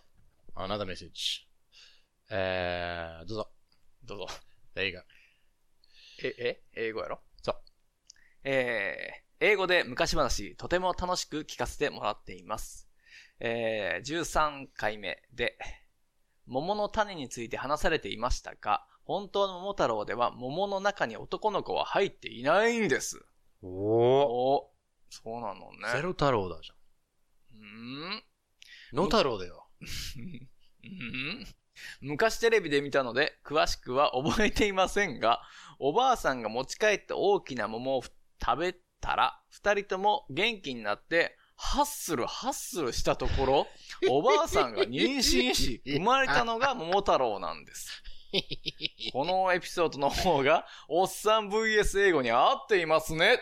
F: Another message. えー、どうぞ。
A: どうぞ。
F: There you go.
A: え、え英語やろ
F: そう。
A: えー、英語で昔話、とても楽しく聞かせてもらっています。えー、13回目で、桃の種について話されていましたが、本当の桃太郎では桃の中に男の子は入っていないんです。
F: おー。
A: おそうなの
F: ゼ
A: ね。
F: ロ太郎だじ
A: うーん
F: ゃん。野太郎だよ。
A: うん昔テレビで見たので、詳しくは覚えていませんが、おばあさんが持ち帰った大きな桃を食べたら、二人とも元気になって、ハッスルハッスルしたとこ ろ、おばあさんが妊娠し、生 まれたのが桃太郎な んです。このエピソードの方が、おっさん VS 英語に合っていますね。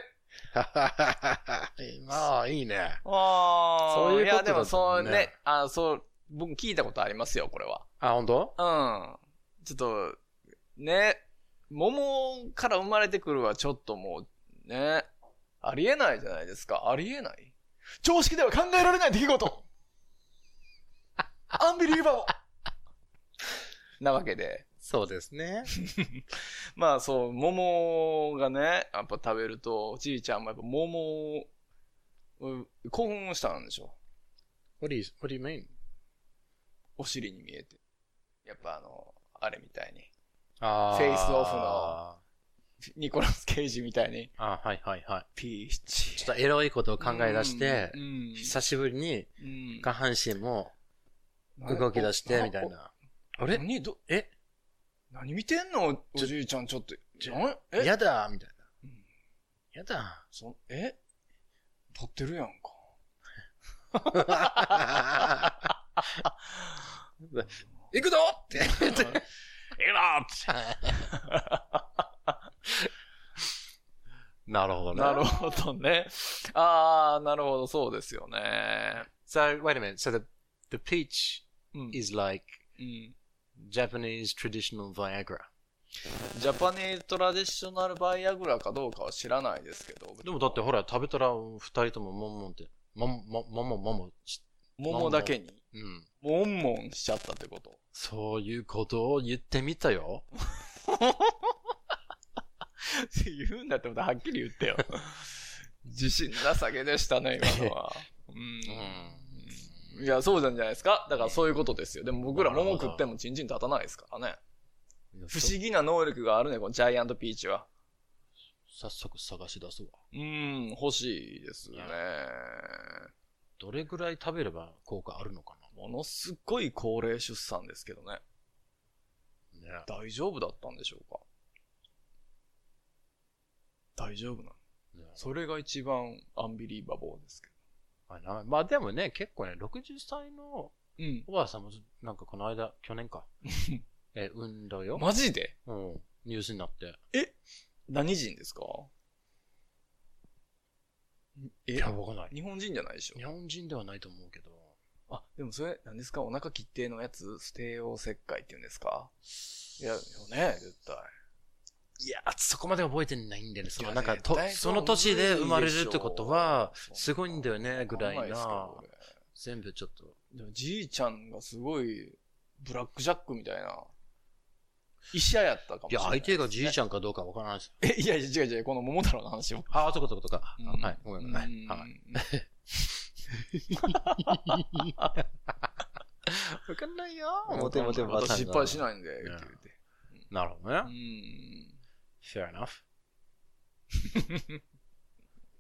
C: まあ、いいね。
A: あ
C: そういう
A: や、
C: こと
A: で
C: だ
A: も、そう
C: ったの
A: ね
C: ね、
A: あの、そう、僕聞いたことありますよ、これは。
C: あ、本当？
A: うん。ちょっと、ね、桃から生まれてくるはちょっともう、ね、ありえないじゃないですか。ありえない。常識では考えられない出来事アンビリーバーなわけで。
C: そうですね。
A: まあそう、桃がね、やっぱ食べると、おじいちゃんもやっぱ桃を、うん興奮したんでしょ。
C: What do you, what do you mean?
A: お尻に見えて。やっぱあの、あれみたいに。
C: あー
A: フェイスオフのニコラス・ケイジみたいに。
C: あ、はいはいはい。
A: ピーチ。
C: ちょっとエロいことを考え出して
A: う、ん、
C: 久しぶりに
A: うん
C: 下半身も動き出して、みたい。な。あれ
A: 何ど、
C: え
A: 何見てんのおじいちゃんちょっと。
C: ちょ
A: なえ
C: やだみたいな
A: うん。
C: やだ
A: そえ撮ってるやんか。
C: 行くぞって言 って。なるほど
A: なるほどね。あー、なるほど、そうですよね。
F: So, wait a minute. So, the, the peach
A: うん。
F: is like
A: うん、
F: Japanese traditional Viagra.
A: ジャパニーズトラディショナルバイアグラかどうかは知らないですけど。
F: でもだってほら、食べたら二人ともモンモンって、モン、モン、モンモン、モンモンし
A: 桃だけに、
F: うん。
A: モンモンしちゃったってこと。
F: そういうことを言ってみたよ。
A: 言うんだってことははっきり言ってよ。自信なさげでしたね、今のは。うん。いや、そうなんじゃないですか。だからそういうことですよ。でも僕ら桃食ってもチンチン立たないですからね。不思議な能力があるね、このジャイアントピーチは。
F: 早速探し出すわ。
A: うん、欲しいですね。
F: どれぐらい食べれば効果あるのか
A: ものすごい高齢出産ですけどね。
F: なね。
A: 大丈夫だったんでしょうか大丈夫なの
F: ね
A: それが一番アンビリーバボーですけ
F: まあなまあでもね、結構ね、60歳の
A: ど。うん。
F: おばあさんも、なんかこの間、去年 か。え、産んだよ。
A: マジで
F: うん。ニュースになって。
A: 何人ですかえ
F: いや、わかんない。
A: 日本人じゃないでしょ
F: 日本人ではないと思うけど。
A: あ、でもそれ、何ですかお腹切定のやつステオ切開って言うんですかいや、よね、絶対。
F: いや、そこまで覚えてないんだよね。そ
A: い
F: の
A: や
F: なんか
A: 絶
F: と
A: 対、
F: その年で生まれるってことは、
A: そ
F: す
A: う
F: ごいんだよね、ぐらい
A: わかんですけ
F: な
A: ど。俺
F: 全部ちょっと。
A: でもじいちゃんがすごい、ブラックジャックみたいな、医者やったかもしれ
F: いや、
A: ない、
F: 相手がじい
A: ゃん。
F: ちゃんかどうかわからないです。
A: え、 いやいや、違う違う、この桃太郎の話を。
F: ああ、そうかそうかそうか。
A: うん
F: はい、ごめんごめん。はい。 わかんないよモテモテバタ
A: 私失敗し
F: い。
A: ないんで、って言
F: ね
A: って。
F: なるほ
A: う
F: どね。
A: ん。
F: Fair enough.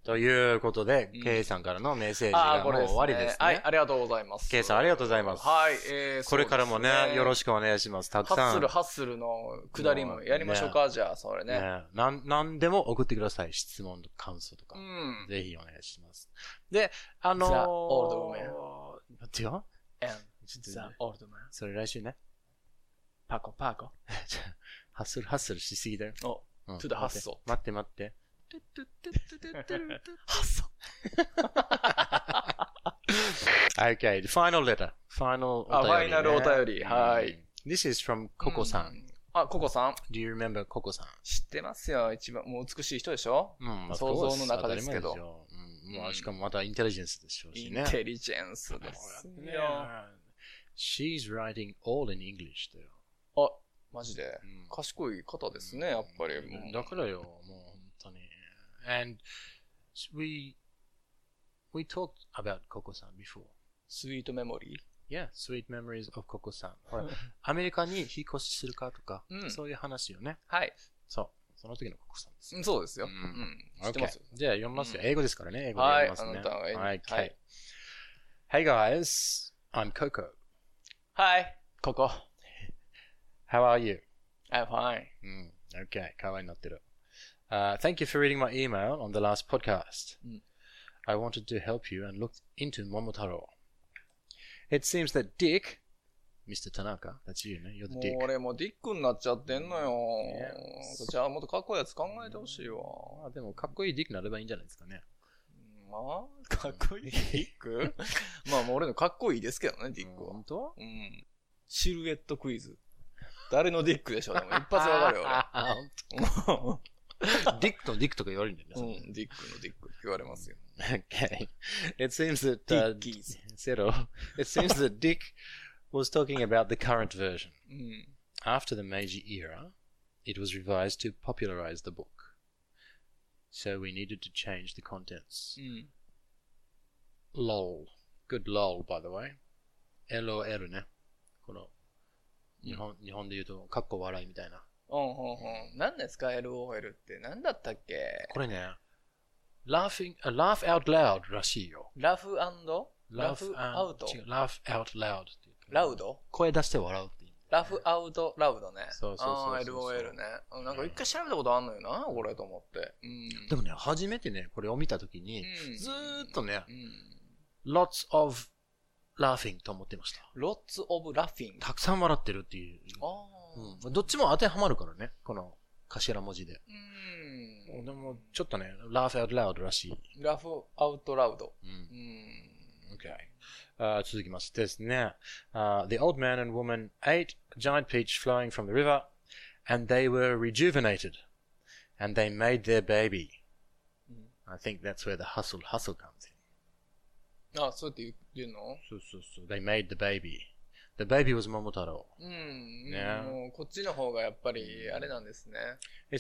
F: ということで
A: うん、
F: ケイさんからのメッセージ
A: ああ、
F: が
A: こ
F: も
A: れ
F: う終わりです
A: はい
F: ね、。
A: ありがとうございます。
F: ケイさんありがとうございます
A: はい、えー
F: これからもね、よろ
A: し
F: しくお願いします。たく
A: ハッ
F: さ
A: ス
F: ん
A: ル、。ハッスルの下りもやりましょうか、じゃあ、それね。
F: ね、なん、なんでも送ってください。質問と感想とか
A: う。ん。
F: ぜひお願いします。で、あのー、
A: The Old Man
F: 違うち
A: The
F: ょっと、
A: Old Man.
F: それ来週ね。
A: パコパコ。
F: ちょハッスルハッスルしすぎだよ。
A: お、
F: うん
A: to the ハッソ
F: 待って待って。トゥトゥトゥトゥトゥトゥトゥトゥ
A: ハッソ。
F: Okay, the final letter. Final
A: あ
F: お便りね、
A: final お便りはい
F: うん。This is from Coco さ。。
A: うんあ、ココさん
F: Do you remember Coco さん
A: 知ってますよ。一番、もう美しい人でしょ
F: うん、of
A: 想像
F: course
A: の中ですけど
F: 当たり前ようん、まあしかもまたインテリジェンスでしょう
A: イ
F: し
A: ン
F: ね。
A: テリジェンスですよ。
F: She's writing all in English だよ。
A: あ、マジで。
F: うん
A: 賢い方ですね、やっぱり。
F: うんだからよ、もう本当に。And we, we talked about Coco-san before.
A: スイートメモリー
F: Yeah, sweet memories of Coco-san. ほらアメリカに引っ越しするかとか、
A: うん
F: そういう話よね。
A: はい。
F: そう。その時の Coco-san です。
A: そうですよ。う
F: うん
A: ん。知ってま
F: Okay.
A: すよ。
F: じゃあ読みますよ。
A: うん
F: 英語ですからね。英語で
A: は
F: 読
A: い
F: みますね。
A: あなたは英語
F: Okay.
A: はい
F: Hey guys, I'm Coco.
A: はい。ここ。
F: How are you?
A: I'm fine.
F: Mm, okay, 可愛いなってる。Uh, thank you for reading my email on the last podcast.
A: Mm.
F: I wanted to help you and looked into Momotaro. It seems that Dick Mr. Tanaka. That's you, man. You're the
A: も
F: dick.
A: う俺もうディックになっちゃってんのよ。
F: ね
A: じゃあもっとかっこいいやつ考えてほしいわ。
F: まあでも、かっこいいディックになればいいんじゃないですかね。
A: まあ、かっこいいディッ クまあもう俺のかっこいいですけどね、ディックは。
F: 本当
A: うん。シルエットクイズ。誰のディックでしょ うでも一発わかるよ、 俺。
F: ディックとディックとか言われるんだよね。
A: うん、ディックのディックって言われますよ。
F: Okay. It seems that uh,
A: Dickies.
F: Zero. It seems that Dick was talking about the current version.
A: うん。
F: After the Meiji era, it was revised to popularize the book. So we needed to change the contents.
A: うん。
F: LOL. Good LOL, by the way. LOL ね。この、日本、日本で言うと、かっこ笑いみたいな。
A: うん、ほんほん。何ですか ?LOL って。何だったっけ
F: これね、laughing, a uh, laugh out loud らしいよ。
A: ラフラフアウト
F: and- 違う laugh out loud っていう
A: ラウド
F: 声出して笑うっていう。
A: ラフアウトラウドね。
F: そうそうそうそう
A: あー LOL ね。うんなんか一回調べたことあんのよな、これと思って。うん。
F: でもね、初めてね、これを見たときに、
A: うん
F: ずーっとね
A: う、ん。
F: lots of laughing と思ってました。
A: ロッツ・オブ・ラフィン。
F: たくさん笑ってるっていう。
A: ああ。
F: うん、どっちも当てはまるからね、この頭文字で。
A: う
F: でも、ちょっとね、laugh out loud らしい。
A: ん。ラフアウトラウド。う
F: う。
A: んん。
F: Okay. あー続きます。ですね。あー the old man and woman ate a giant peach flowing from the river, and they were rejuvenated, and they made their baby. I think that's where the hustle hustle comes in.
A: あ、そうやって言う言うの
F: So, so, so they made the baby. The baby was Momotaro.
A: うん。
F: ね
A: もうこっちの方がやっぱり、あれなんですね。
F: It's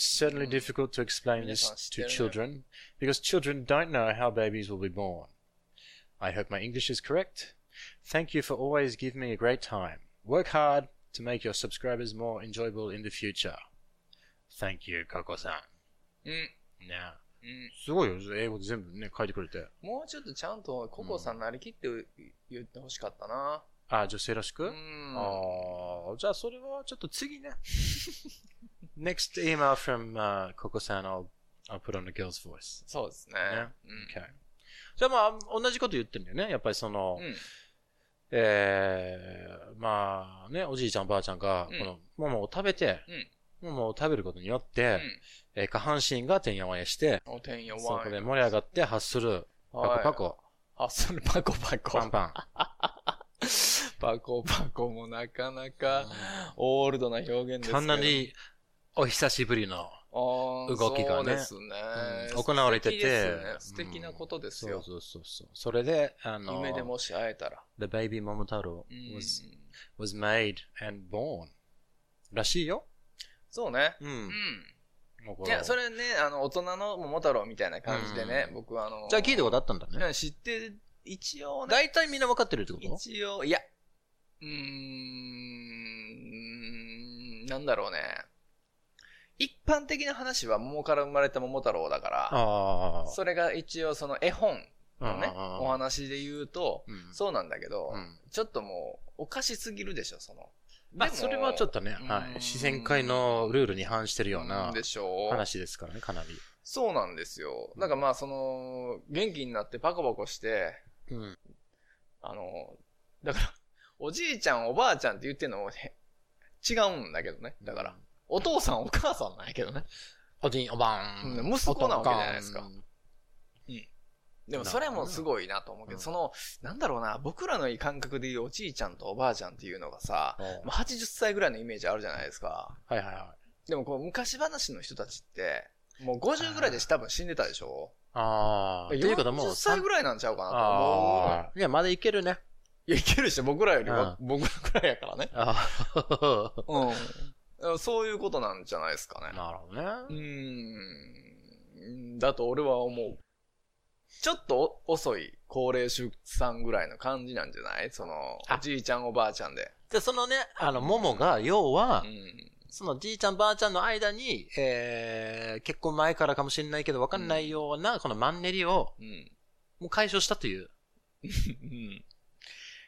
A: Mm.
F: certainly difficult to explain
A: Yes,
F: this
A: I still
F: to
A: know.
F: children because children don't know how babies will be born. I hope my English is correct. Thank you for always giving me a great time. Work hard to make your subscribers more enjoyable in the future. Thank you, Coco-san.
A: うん。
F: ね
A: うん。
F: すごいよ。英語で全部ね、書いてくれて。
A: もうちょっとちゃんとココさんなりきって言ってほしかったな。
F: あ、女性らしく、
A: うん。
F: ああ、じゃあそれはちょっと次ね。Next email from、uh, Coco-san, I'll, I'll put on a girl's voice.
A: そうですね。
F: ね
A: うん。
F: Okay. じゃあまあ、同じこと言ってるんだよね。やっぱりその、
A: うん
F: えー、まあね、おじいちゃんおばあちゃんが、
A: うん
F: この、ももを食べて、ももを食べることによって、えー下半身がてんやわんやして、
A: おてんや
F: そ
A: わ
F: こ
A: ん
F: で盛り上がって発する、パコパコ、
A: あ、それパコパコ。
F: パンパン。
A: パコパコもなかなかオールドな表現ですけど
F: かなり、お久しぶりの、動
A: 動
F: き
A: そ
F: がね
A: うですね、
F: うん行われてて
A: 素敵ですね素
F: う
A: 敵
F: ん
A: なことです
F: そう
A: よ。
F: そうそうそう。それで、あの、
A: 夢でもし会えたら。
F: The Baby
A: う
F: Momotaro
A: ん
F: was, was made and born. らしいよ。
A: そうね。
F: う。
A: うんん。
F: もうこ
A: い
F: れ
A: や、それね、あの、大人の桃太郎みたいな感じでね
F: う、ん
A: 僕はあの、
F: じゃあ聞いたことあったんだ
A: い
F: ね。
A: や知って、一応ね、
F: 大体みんな分かってるってこと
A: 一応、いや、うーん、なんだろうね。一般的な話は桃から生まれた桃太郎だから、
F: あ
A: それが一応その絵本のね、
F: あー
A: お話で言うと、
F: うん
A: そうなんだけど、
F: うん
A: ちょっともう、おかしすぎるでしょ、その。
F: まあ、
A: でも
F: それはちょっとね、は
A: うん
F: い、自然界のルールに反してるようなん
A: でしょう
F: 話ですからね、かなり。
A: そうなんですよ。だからまあ、その、元気になってパコパコして、
F: うん。
A: あの、だから、おじいちゃん、おばあちゃんって言ってんのもへ、違うんだけどね。だから、。お父さん、お母さんなんやけどね。
F: おじい、おばん。
A: うん息子なわけじゃないですか
F: おとんかん。
A: でも、それもすごいなと思うけど、
F: うん
A: その、なんだろうな、僕らの感覚で言うおじいちゃんとおばあちゃんっていうのがさ、
F: お
A: まあ、80歳ぐらいのイメージあるじゃないですか。
F: はいはいはい。
A: でも、こう、昔話の人たちって、もう50ぐらいで多分死んでたでしょ
F: ああ。ということはもう、
A: 40歳ぐ
F: らい
A: らいなんちゃうかなと思うのよ
F: ああ。いや、まだいけるね。
A: いや、いけるでしょ、僕らよりは、僕らぐらいやから ね。
F: ああ。
A: うん。そういうことなんじゃないですかね。
F: なるほど
A: う
F: ね。
A: ーん。だと俺は思う。ちょっとお遅い高齢出産ぐらいの感じなんじゃないその、
F: あ
A: おじいちゃんおばあちゃんで。
F: で、そのね、あの、ももが、要は
A: う、ん。
F: そのじいちゃんばあちゃんの間に、えー、結婚前からかもしれないけど、わかんないような、このマンネリを、
A: うん。
F: もう解消したという。
A: うん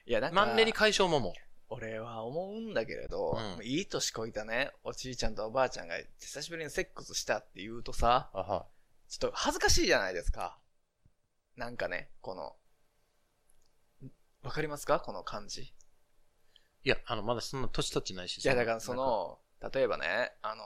A: いや、なんか、
F: マンネリ解消もも。
A: 俺は思うんだけれど、
F: うん
A: いい年こいたね、おじいちゃんとおばあちゃんが久しぶりにセックスしたって言うとさ、
F: あは。
A: ちょっと恥ずかしいじゃないですか。なんかね、この、わかりますかこの感じ。
F: いや、あの、まだそんな年取ってないし。
A: いや、だからそ
F: なんか、
A: の、例えばね、あの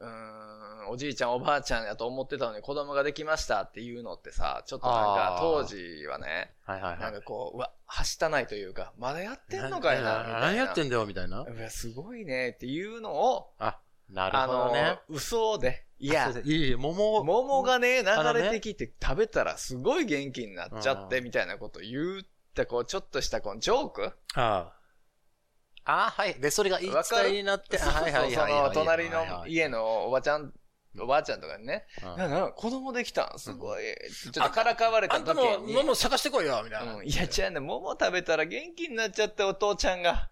A: ー、うーん、おじいちゃんおばあちゃんやと思ってたのに子供ができましたっていうのってさ、ちょっとなんか
F: あー
A: 当時はね、
F: はいはい
A: な
F: は
A: ん
F: い。
A: かこう、うわ、はしたないというか、まだやってんのかいな、みたいな。
F: 何やってんだよ、みたいな。
A: うわ、すごいね、っていうのを、
F: あ、なる
A: あ
F: ほど
A: の
F: ね
A: ー。、嘘で、い
F: い
A: や、
F: いやいや、桃を。
A: 桃がね、
F: あ
A: 流
F: のね
A: れてきて食べたらすごい元気になっちゃって、みたいなこと言った、こう、ちょっとしたこのジョーク
F: ああ。ああ、はい。で、それが言い伝えになって、あはいはいはいはい
A: そ
F: は
A: の
F: い。
A: 隣
F: はいはいは
A: の
F: い
A: 家のおばちゃん、おばあちゃんとかにね、
F: うん
A: なんか子供できたんすごい。ちょっとからかわれ
F: あ
A: た
F: んた
A: 時
F: も
A: に。
F: 桃探してこいよ、みたいな。
A: うんいや、違うね。桃食べたら元気になっちゃって、お父ちゃん が。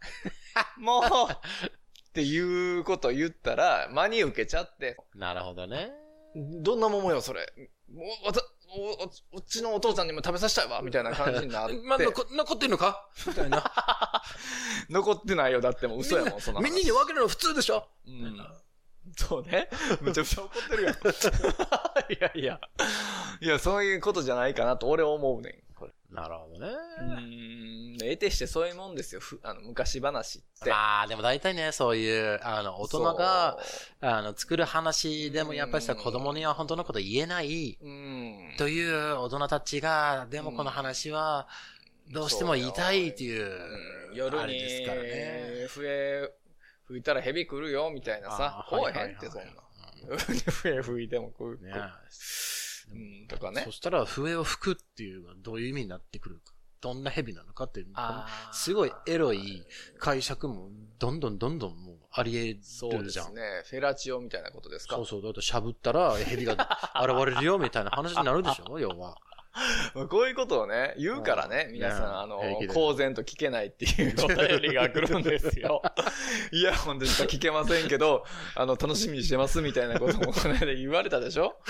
A: もうっていうこと言ったら、真に受けちゃって、
F: なるほどね。
A: どんな桃よ、それ。もう、わた、お、お、おっちのお父ちゃんにも食べさせたいわ、みたいな感じに なって。
F: まあ、残残ってんのかみたい な。
A: 残ってないよ、だってもう嘘やもん、そんな話
F: みんなに分けるの普通でしょ
A: うんそうね。めちゃくちゃ怒って るやん。いやいや。いや、そういうことじゃないかなと俺思うねん。これ
F: なるほどね。
A: うーん。得てしてそういうもんですよ。ふあの昔話って。
F: まあ、でも大体ね、そういう、あの、大人が、
A: そ
F: あの、作る話でもやっぱりさ、
A: うん、
F: 子供には本当のこと言えないう
A: うん。
F: という大人たちが、でもこの話は、どうしても言いたいっていう
A: うん、
F: あ
A: 夜
F: れ
A: に
F: ですからね。
A: 笛吹いたら蛇来るよみたいなさ
F: あ。ー
A: お
F: はいいはいは
A: へ
F: い
A: んってそんな。 笛吹いても来る。
F: ね
A: うん、とかね
F: そ。したら、笛を吹くっていうのはどういう意味になってくるか。どんな蛇なのかっていう。
A: あー
F: すごいエロい解釈も、どんどんどんどんもうあり得
A: そう
F: る
A: で
F: じゃん
A: す。ね。フェラチオみたいなことですか
F: そうそう、だってしゃぶったら蛇が現れるよみたいな話になるでし ょ、要は。
A: まあこういうことをね、言うからね、
F: うん
A: 皆さ
F: ね
A: ん、あの
F: 平気、で
A: 公然と聞けないっていうお便りが来るんです よ。いや、本当に聞けませんけど、あの、楽しみにしてますみたいなこともこの間言われたでしょ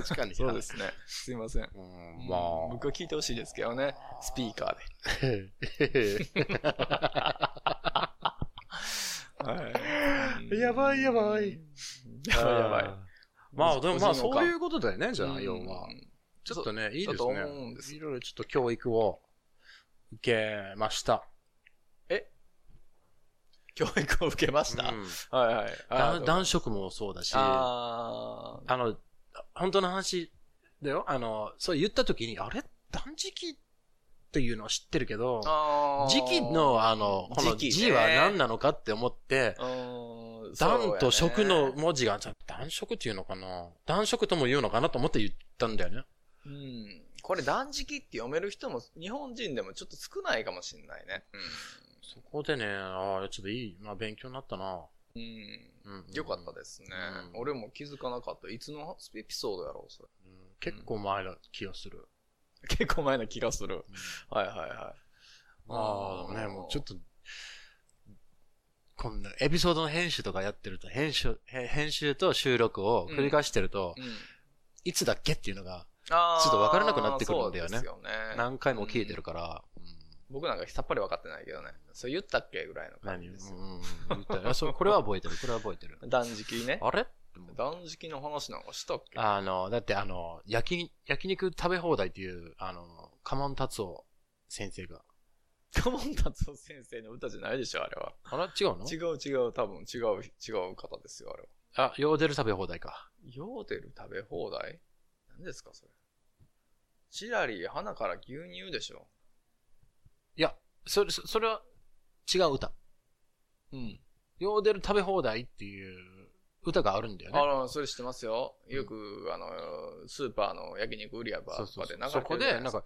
F: 確かに。
A: そうで。すね。すいません。
F: うん、まあ。
A: 僕は聞いてほしいですけどね、スピーカーで。
F: やばいやばい。
A: やばいやばい。
F: まあ、でもまあ、そういううことだよね、じゃ
A: う
F: あ、
A: ん
F: 要は。ちょっとね、いい
A: だ
F: で
A: と
F: すね
A: 思うんで。す
F: いろいろちょっと教育を受けました。
A: 教育を受けました。
F: うん
A: はいはいあ
F: だ
A: ー。
F: 男色もそうだし、あ
A: あー
F: の、本当の話だよ。あの、そう言った時に、あれ断食っていうのは知ってるけど、
A: あー。
F: 時期の、あの、この
A: 時期ね
F: 字は何なのかって思って、
A: うん
F: 断と食の、
A: そうやね
F: 文字が、断食っていうのかな断食とも言うのかなと思って言ったんだよね。
A: うん、これ断食って読める人も日本人でもちょっと少ないかもしれないね。
F: そこでね、ああ、ちょっといい、まあ勉強になったな。
A: うん。
F: うん
A: よかったですね、
F: うん
A: 俺も気づかなかった。いつのエピソードやろう、それ。
F: うん結構前の気がする。
A: 結構前な気がする。はいはいは
F: ああ、でもね、もうちょっと、こんな、エピソードの編集とかやってると、編集、へ編集と収録を繰り返してると、
A: い。うん、
F: いつだっけっていうのが
A: あー
F: ちょっと分からなくなってくるんだよ
A: そ
F: ね
A: うですよね。
F: 何回も消えてるから、
A: 僕なんかさっぱり分かってないけどね。それ言ったっけぐらいの感
F: 何
A: じ
F: うん
A: ですよ。
F: うん言ったよあそうこれは覚えてる、これは覚えてる。
A: 断食ね。
F: あれ
A: 断食の話なんかしたっけ
F: あの、だってあの、焼き、焼肉食べ放題っていう、あの、カモン達夫先生が。
A: カモン達夫先生の歌じゃないでしょ、あれは。
F: あれ違うの
A: 違う違う、多分違う、違う方ですよ、あれは。
F: あ、ヨーデル食べ放題か。
A: ヨーデル食べ放題何ですか、それ。チラリ、花から牛乳でしょ。
F: いや、それ、そそれは違う歌。
A: うん。
F: ヨーデル食べ放題っていう歌があるんだよ
A: あ
F: ね。
A: の、それ知ってますよ。よく、あの、スーパーの焼肉売り場
F: そ
A: とか
F: うそう
A: で
F: そ
A: 流れてる
F: うそこ
A: じゃ
F: で、
A: い
F: なん
A: す
F: か、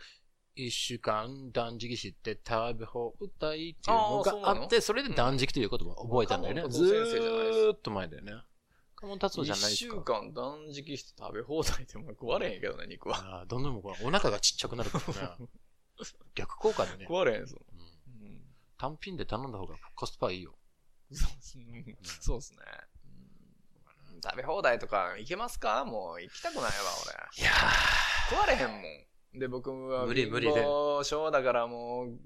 F: 一週間断食して食べ放題っていうの
A: あーそう
F: が
A: な
F: あ
A: の
F: って、それで断食という言葉を覚えたんだよ
A: う
F: ね。
A: ん
F: ずーっと前だよね。カモン達夫じゃ
A: 一
F: ないです
A: 週
F: か。
A: 間断食して食べ放題ってもう食われへんけどね、肉は。
F: あーどんどんもうこれお腹がちっちゃくなるから ね。逆効果だね
A: 食。われへんぞ。
F: うん
A: うん。
F: 単品で頼んだ方がコスパいいよ。
A: そうですね。そうっすね。うん食べ放題とか行けますかもう行きたくないわ、俺。
F: いや
A: 食われへんもん。で、僕は
F: 無理無理で
A: 貧乏症だからもう、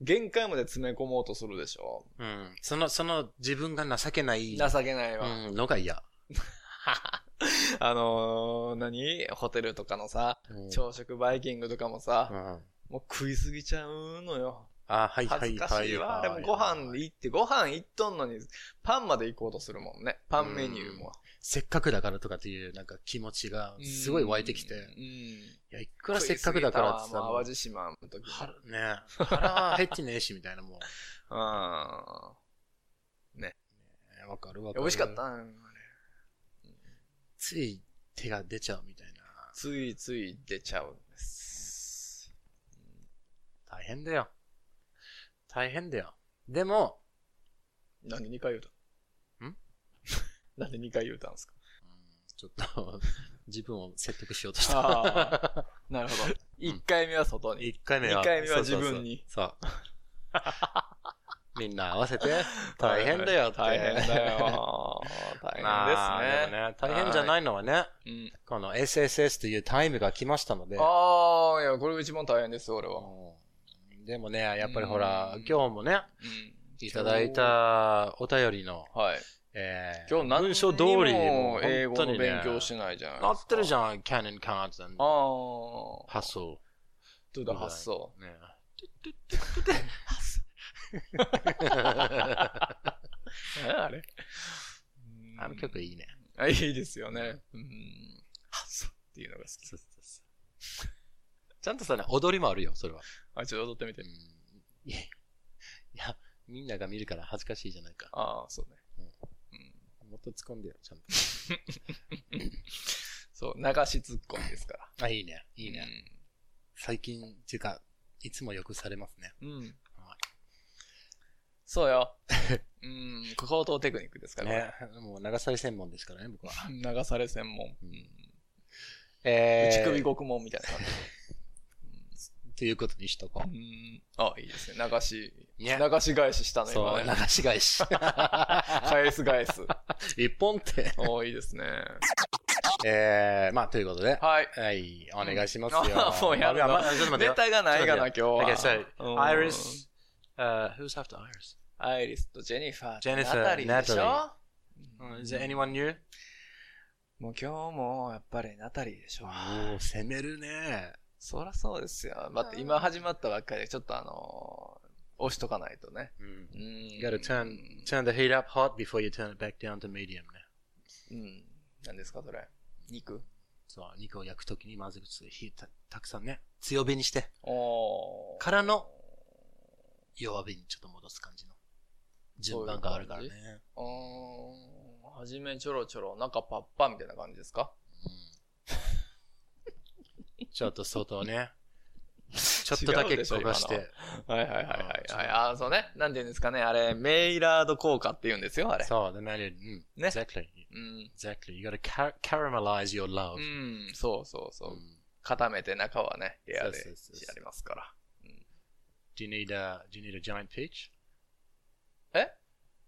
A: 限界まで詰め込もうとするでしょ。
F: うん。その、その自分が情けない、
A: 情けないわ。
F: うん、のが嫌。
A: あのー、何ホテルとかのさ、
F: うん
A: 朝食バイキングとかもさ、
F: うん
A: もう食いすぎちゃうのよ。
F: あ、はいは
A: 恥
F: い
A: ず
F: は
A: か
F: い。
A: しいわ。でもご飯行って、ご飯行っとんのに、パンまで行こうとするもんね。パンメニューも。
F: せっかくだからとかっていうなんか気持ちがすごい湧いてきて、
A: うん
F: い。や、いくらせっかくだからって
A: 食い過ぎた
F: さ、
A: わ
F: も
A: もう
F: う
A: 淡路島の時。
F: 腹ね腹は減ってねえしみたいなも
A: う
F: う。 わかるわ
A: ん。
F: か
A: 美
F: る。
A: 味しかったな
F: つい手が出ちゃうみたいな。
A: ついつい出ちゃうんです。
F: 大変だよ。大変だよ。でも、
A: なんで2回言うた
F: ん
A: なんで2回言うたん ですか
F: うんちょっと 自分を説得しようとし
A: あ
F: た。
A: なるほど。1回目は外に。
F: 一回目は。
A: 二回目は
F: そうそうそう
A: 自分に。
F: そう。みんな合わせて。大変だよって。
A: 大変だ よ。大
F: まあ
A: 変です
F: で
A: ね。
F: もね。大変じゃないのはね、
A: うん
F: この SSS というタイムが来ましたので。
A: ああ、いや、これが一番大変です、俺は。
F: うんでもね、やっぱりほら
A: うん、
F: 今日もね、
A: うん
F: いただい。たお便りの、
A: はい。
F: えー
A: 今日何
F: 文章通り
A: に
F: も
A: も英語の
F: 本当にね
A: 勉強してないじゃないです
F: な
A: か。
F: ってるじ
A: ゃん。
F: ゃん、キャノンカーズ
A: あ
F: の
A: あ。
F: 発想。
A: どうだ、発想。
F: ね。あ
A: えあれ
F: の曲いいね。
A: あ、いいですよね。うん。発想っていうのが好き。
F: ちゃんとさ、踊りもあるよ、それは。
A: あ、ちょっと踊ってみて
F: うん。いや、いやみんなが見るから恥ずかしいじゃないか。
A: ああ、そうね。
F: もっと突っ込んでよ、ちゃんと。
A: そう、流し突っ込みですから。
F: あ、いいね、いいね。最近、っていうか、いつもよくされますね。
A: うん。うん
F: はい。
A: そうよ。 うん。高等テクニックですから
F: ね、もう流され専門ですから ね、僕は。
A: これ流され専門。
F: うん
A: 打
F: え
A: ち首
F: ー、
A: 獄門みたいな感じ。
F: ということにしとこ
A: う
F: う。
A: ん。あ、いいですね。流し、
F: ね
A: 流し返ししたの、
F: そ
A: 今ね。
F: う、流し 返し。
A: 返す返 す。
F: 一本って。
A: おーいいですね。
F: えー、まあ、ということで。
A: はい。
F: はい、お願いします よ。
A: あもうやるの
F: まあまあちょっと待って
A: ネ
F: よ。
A: タがないがな、今日は。
F: Okay, so,
A: うん
F: Iris, uh, who's after Iris?
A: アイリスとジェニファー。
F: ジェニファー
A: ナタリーでしょ
F: Uh, is there anyone new?
A: もう今日もやっぱりナタリーでしょ。
F: おー、攻めるね。
A: そらそうですよ。待って、今始まったばっかりで、ちょっとあのー押しとかないとね。
F: うん。
A: うん
F: You gotta turn, turn the heat up hot before you turn it back down to medium ね。
A: うん。何ですか、それ。肉
F: そう、肉を焼くときにまず火たたくさんね、強火にして、
A: おー。
F: からの弱火にちょっと戻す感じの順番があるからね。
A: そううーん。はじめちょろちょろ、中パッパみたいな感じですか
F: うんちょっと外 をね、ちょっとだけ
A: 違うでしょ
F: 焦がし
A: 今
F: て、
A: はいはいはいはい
F: あー
A: はい。ああー、そうね。なんて言うんですかね。あれ、メイラード効果って言うんですよ、あれ。
F: そう、で、なに、うん、
A: ね
F: exactly,
A: うん。
F: exactly. You gotta car- caramelize your love.
A: うん、そうそうそうう。
F: ん
A: 固めて中はね、エアで
F: そうそうそうそう
A: やりますから。
F: Do you need a, do you need a giant peach?
A: え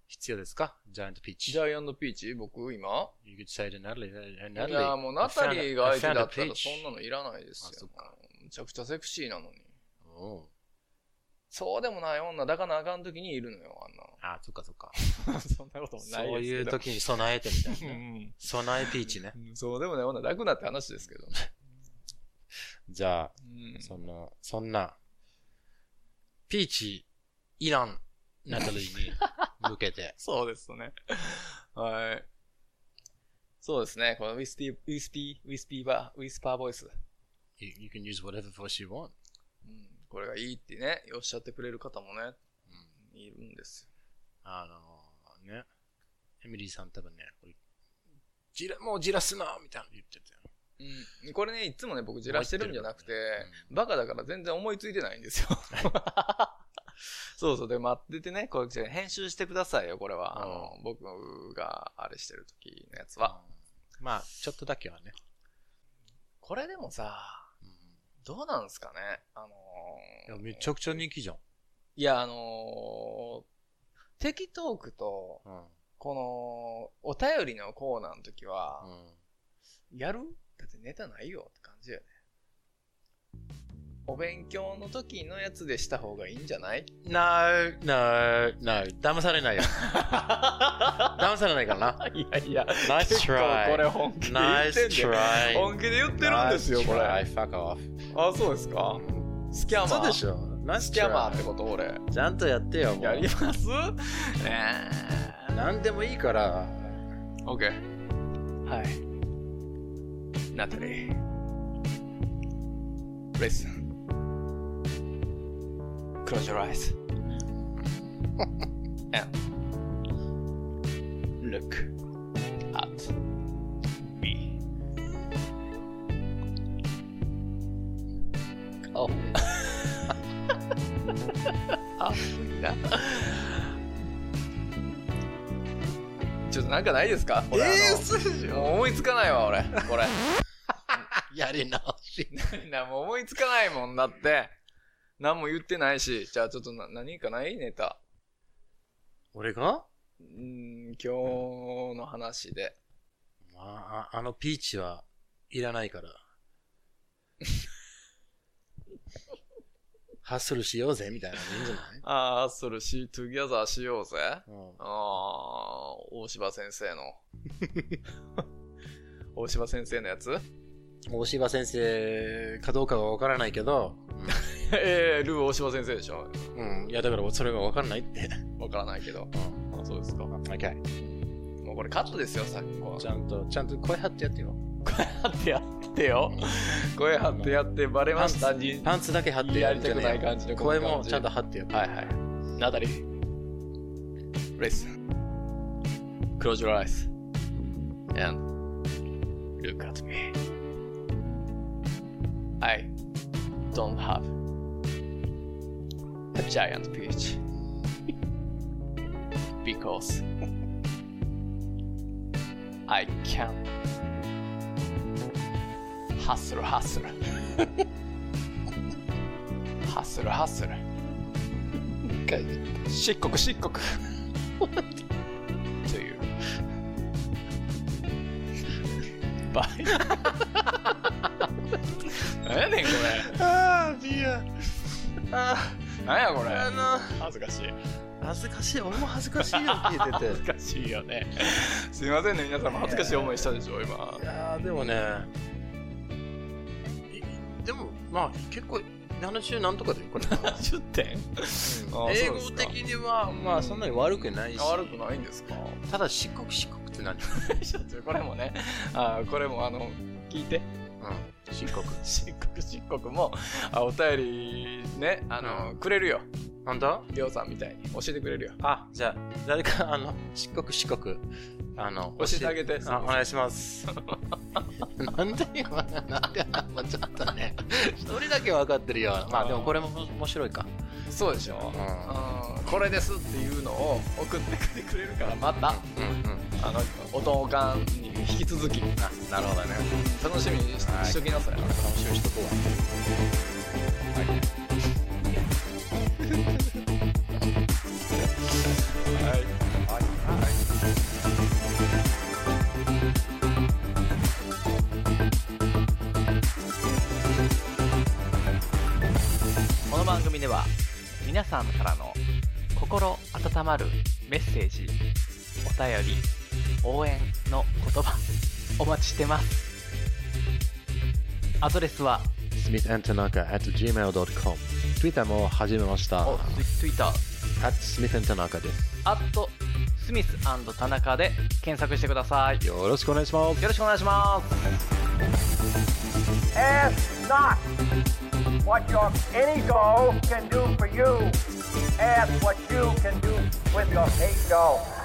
F: 必要ですか ?giant peach.
A: ジャイアントピーチ僕今
F: You could say to Natalie, "Hey,
A: い
F: Natalie,
A: や、もうナタリーが
F: I
A: 相
F: found
A: 手だ
F: a- I
A: ったら
F: found a peach.
A: そんなのいらないです
F: あそ
A: よ
F: っか。
A: むちゃくちゃセクシーなのに。
F: おう
A: そうでもない女だからあかん時にいるのよ、あ
F: あ、そっかそっか。
A: んな。 そんなことも
F: そ
A: な
F: う
A: いですけ
F: いう
A: ど。
F: 時に備えてみたいなね。
A: に。
F: 備えピーチ ね。
A: そうでもない女楽なって話ですけど。
F: じゃあ、
A: うん。
F: そんな、そんな、ピーチ、イラン、ナタリーに向けて
A: そうですね。はい。そうですね。このウィスピー、ウィスピー、ウィスピーバー、ウィスパーボイス。
F: you, you can use whatever voice you want.
A: うん、これがいいってね、おっしゃってくれる方もね、
F: うん
A: いるんです
F: あのね、エミリーさん多分ね、これじらもうじらすなみたいなの言ってたよ。
A: よ。うん、これね、いつもね、僕、じらしてるんじゃなくて、
F: う
A: バカだから全然思いついてないん ですよ。そうそう、で、待っててね、これ、編集してくださいよ、これは。あの、僕があれしてる時のやつは。
F: うんまあ、ちょっとだけはね。
A: これでもさ、どうなんですかねあの
F: いや
A: ー、
F: めちゃくちゃ人気じゃん。
A: いや、あのー、テキトークと、
F: うん。
A: この、お便りのコーナーの時は、
F: うん
A: やるだってネタないよって感じやね。お勉強の時のやつでした方がいいんじゃない
F: No, no, no. 騙され ないよ。騙されないからな。
A: いやいや、
F: Nice
A: 結構
F: try.
A: これ本気で言っ
F: Nice
A: てんで、
F: try.
A: 本気で言ってるんですよ、これ。あ、
F: Nice try. Fuck off.
A: そうですかスキャンマー
F: そうでしょ。ナイス
A: ス
F: ト
A: キャマ
F: ラ
A: ーってこと俺。
F: イちゃんとやってよ、も
A: やり
F: う。
A: ますねえ。
F: なんでもいいから。
A: オッケー。はい。ナタリー。Listen. Close your eyes. and look at me.
C: Oh.
A: あ、無理だ。ちょっとなんかないですかええ思いつかないわ、俺。これ。
C: やり直し。
A: なもう思いつかないもんだって。何も言ってないし。じゃあちょっとな何かないネタ。
F: 俺が
A: うーん、今日の話で。
F: まあ、ああのピーチはいらな いから。ハッスルしようぜみたいなのいいんじゃない
A: ああ、それシートゥギャザーしようぜ。
F: うん
A: ああ、大柴先生 の。大柴先生のやつ
F: 大柴先生かどうかは分からないけど、
A: ええルー大柴先生でしょ
F: うん、いやだからそれが分からないって。
A: わからないけど。あそうですか。も
F: OK。
A: うこれカットですよ、さっきは
F: ち。ゃんと、ちゃんと声張ってやってよ。
A: 張ってやってよ。声張ってやってバレました。に
F: パンツだけ張ってんじゃ
A: やり
F: ねえよ
A: たくない感じのこの
F: 声
A: 感じ
F: もちゃんと張ってやって。
A: はいはい。ナタリー。Listen. Close your eyes. And look at me. I don't have a giant peach. because I can hustle, hustle. hustle, hustle. 漆黒漆 黒というバイ 何やねんこれ
F: ああ、ビア。あ
A: 何やこれ
F: あ
A: 恥ずかしい
F: の、恥ずかしい。俺も恥ずかしいよ、聞いて
A: 恥ず かしいよねすいませんね皆さんも恥ずかしい思いしたでしょ今
F: て。いやーでもね、いでも、まあ、結構、70なんとかでこれ。
A: 10点あ
F: 英
A: そ
F: 語
A: うです
F: 的
A: か
F: には、まあ、そんなに悪くないし、
A: 悪くないんですか
F: ただ、漆黒漆黒って何
A: ちょっとこれもねあこれもあの聞いて
F: うん、漆黒。
A: 漆黒漆黒もあお便りねあの、くれるよ
F: 本当
A: りょうさんみたいに教えてくれるよ
F: あ、じゃあ、誰か、あの、漆黒漆黒、あの、
A: 教えてあげて
F: あお願いします。 なんで今、なんであんなちょっとね、一人だけ分かってるよ。まあ、でもこれも面白いか。
A: そうでしょ
F: うん。う
A: うんこれですっていうのを送ってきてくれるからまた
F: んうん。
A: あのお父かんに引き続き
F: あ、なるほどね。
A: 楽しみにし
F: はい
A: しときなさい
F: これ楽しみにしとこうわ。
A: この番組では皆さんからの心温まるメッセージお便り応援の言葉 お待ちしてますアドレスは
F: smithandtanaka.gmail.com。Twitter も始めました。
A: お Twitter
F: smithandtanaka です。
A: アットスミス田中で検索してくださいよ
F: よろしくお願いします。
A: ろしくお願いします
G: Ask not what your any dough can do for you. Ask what you can do with your pay dough.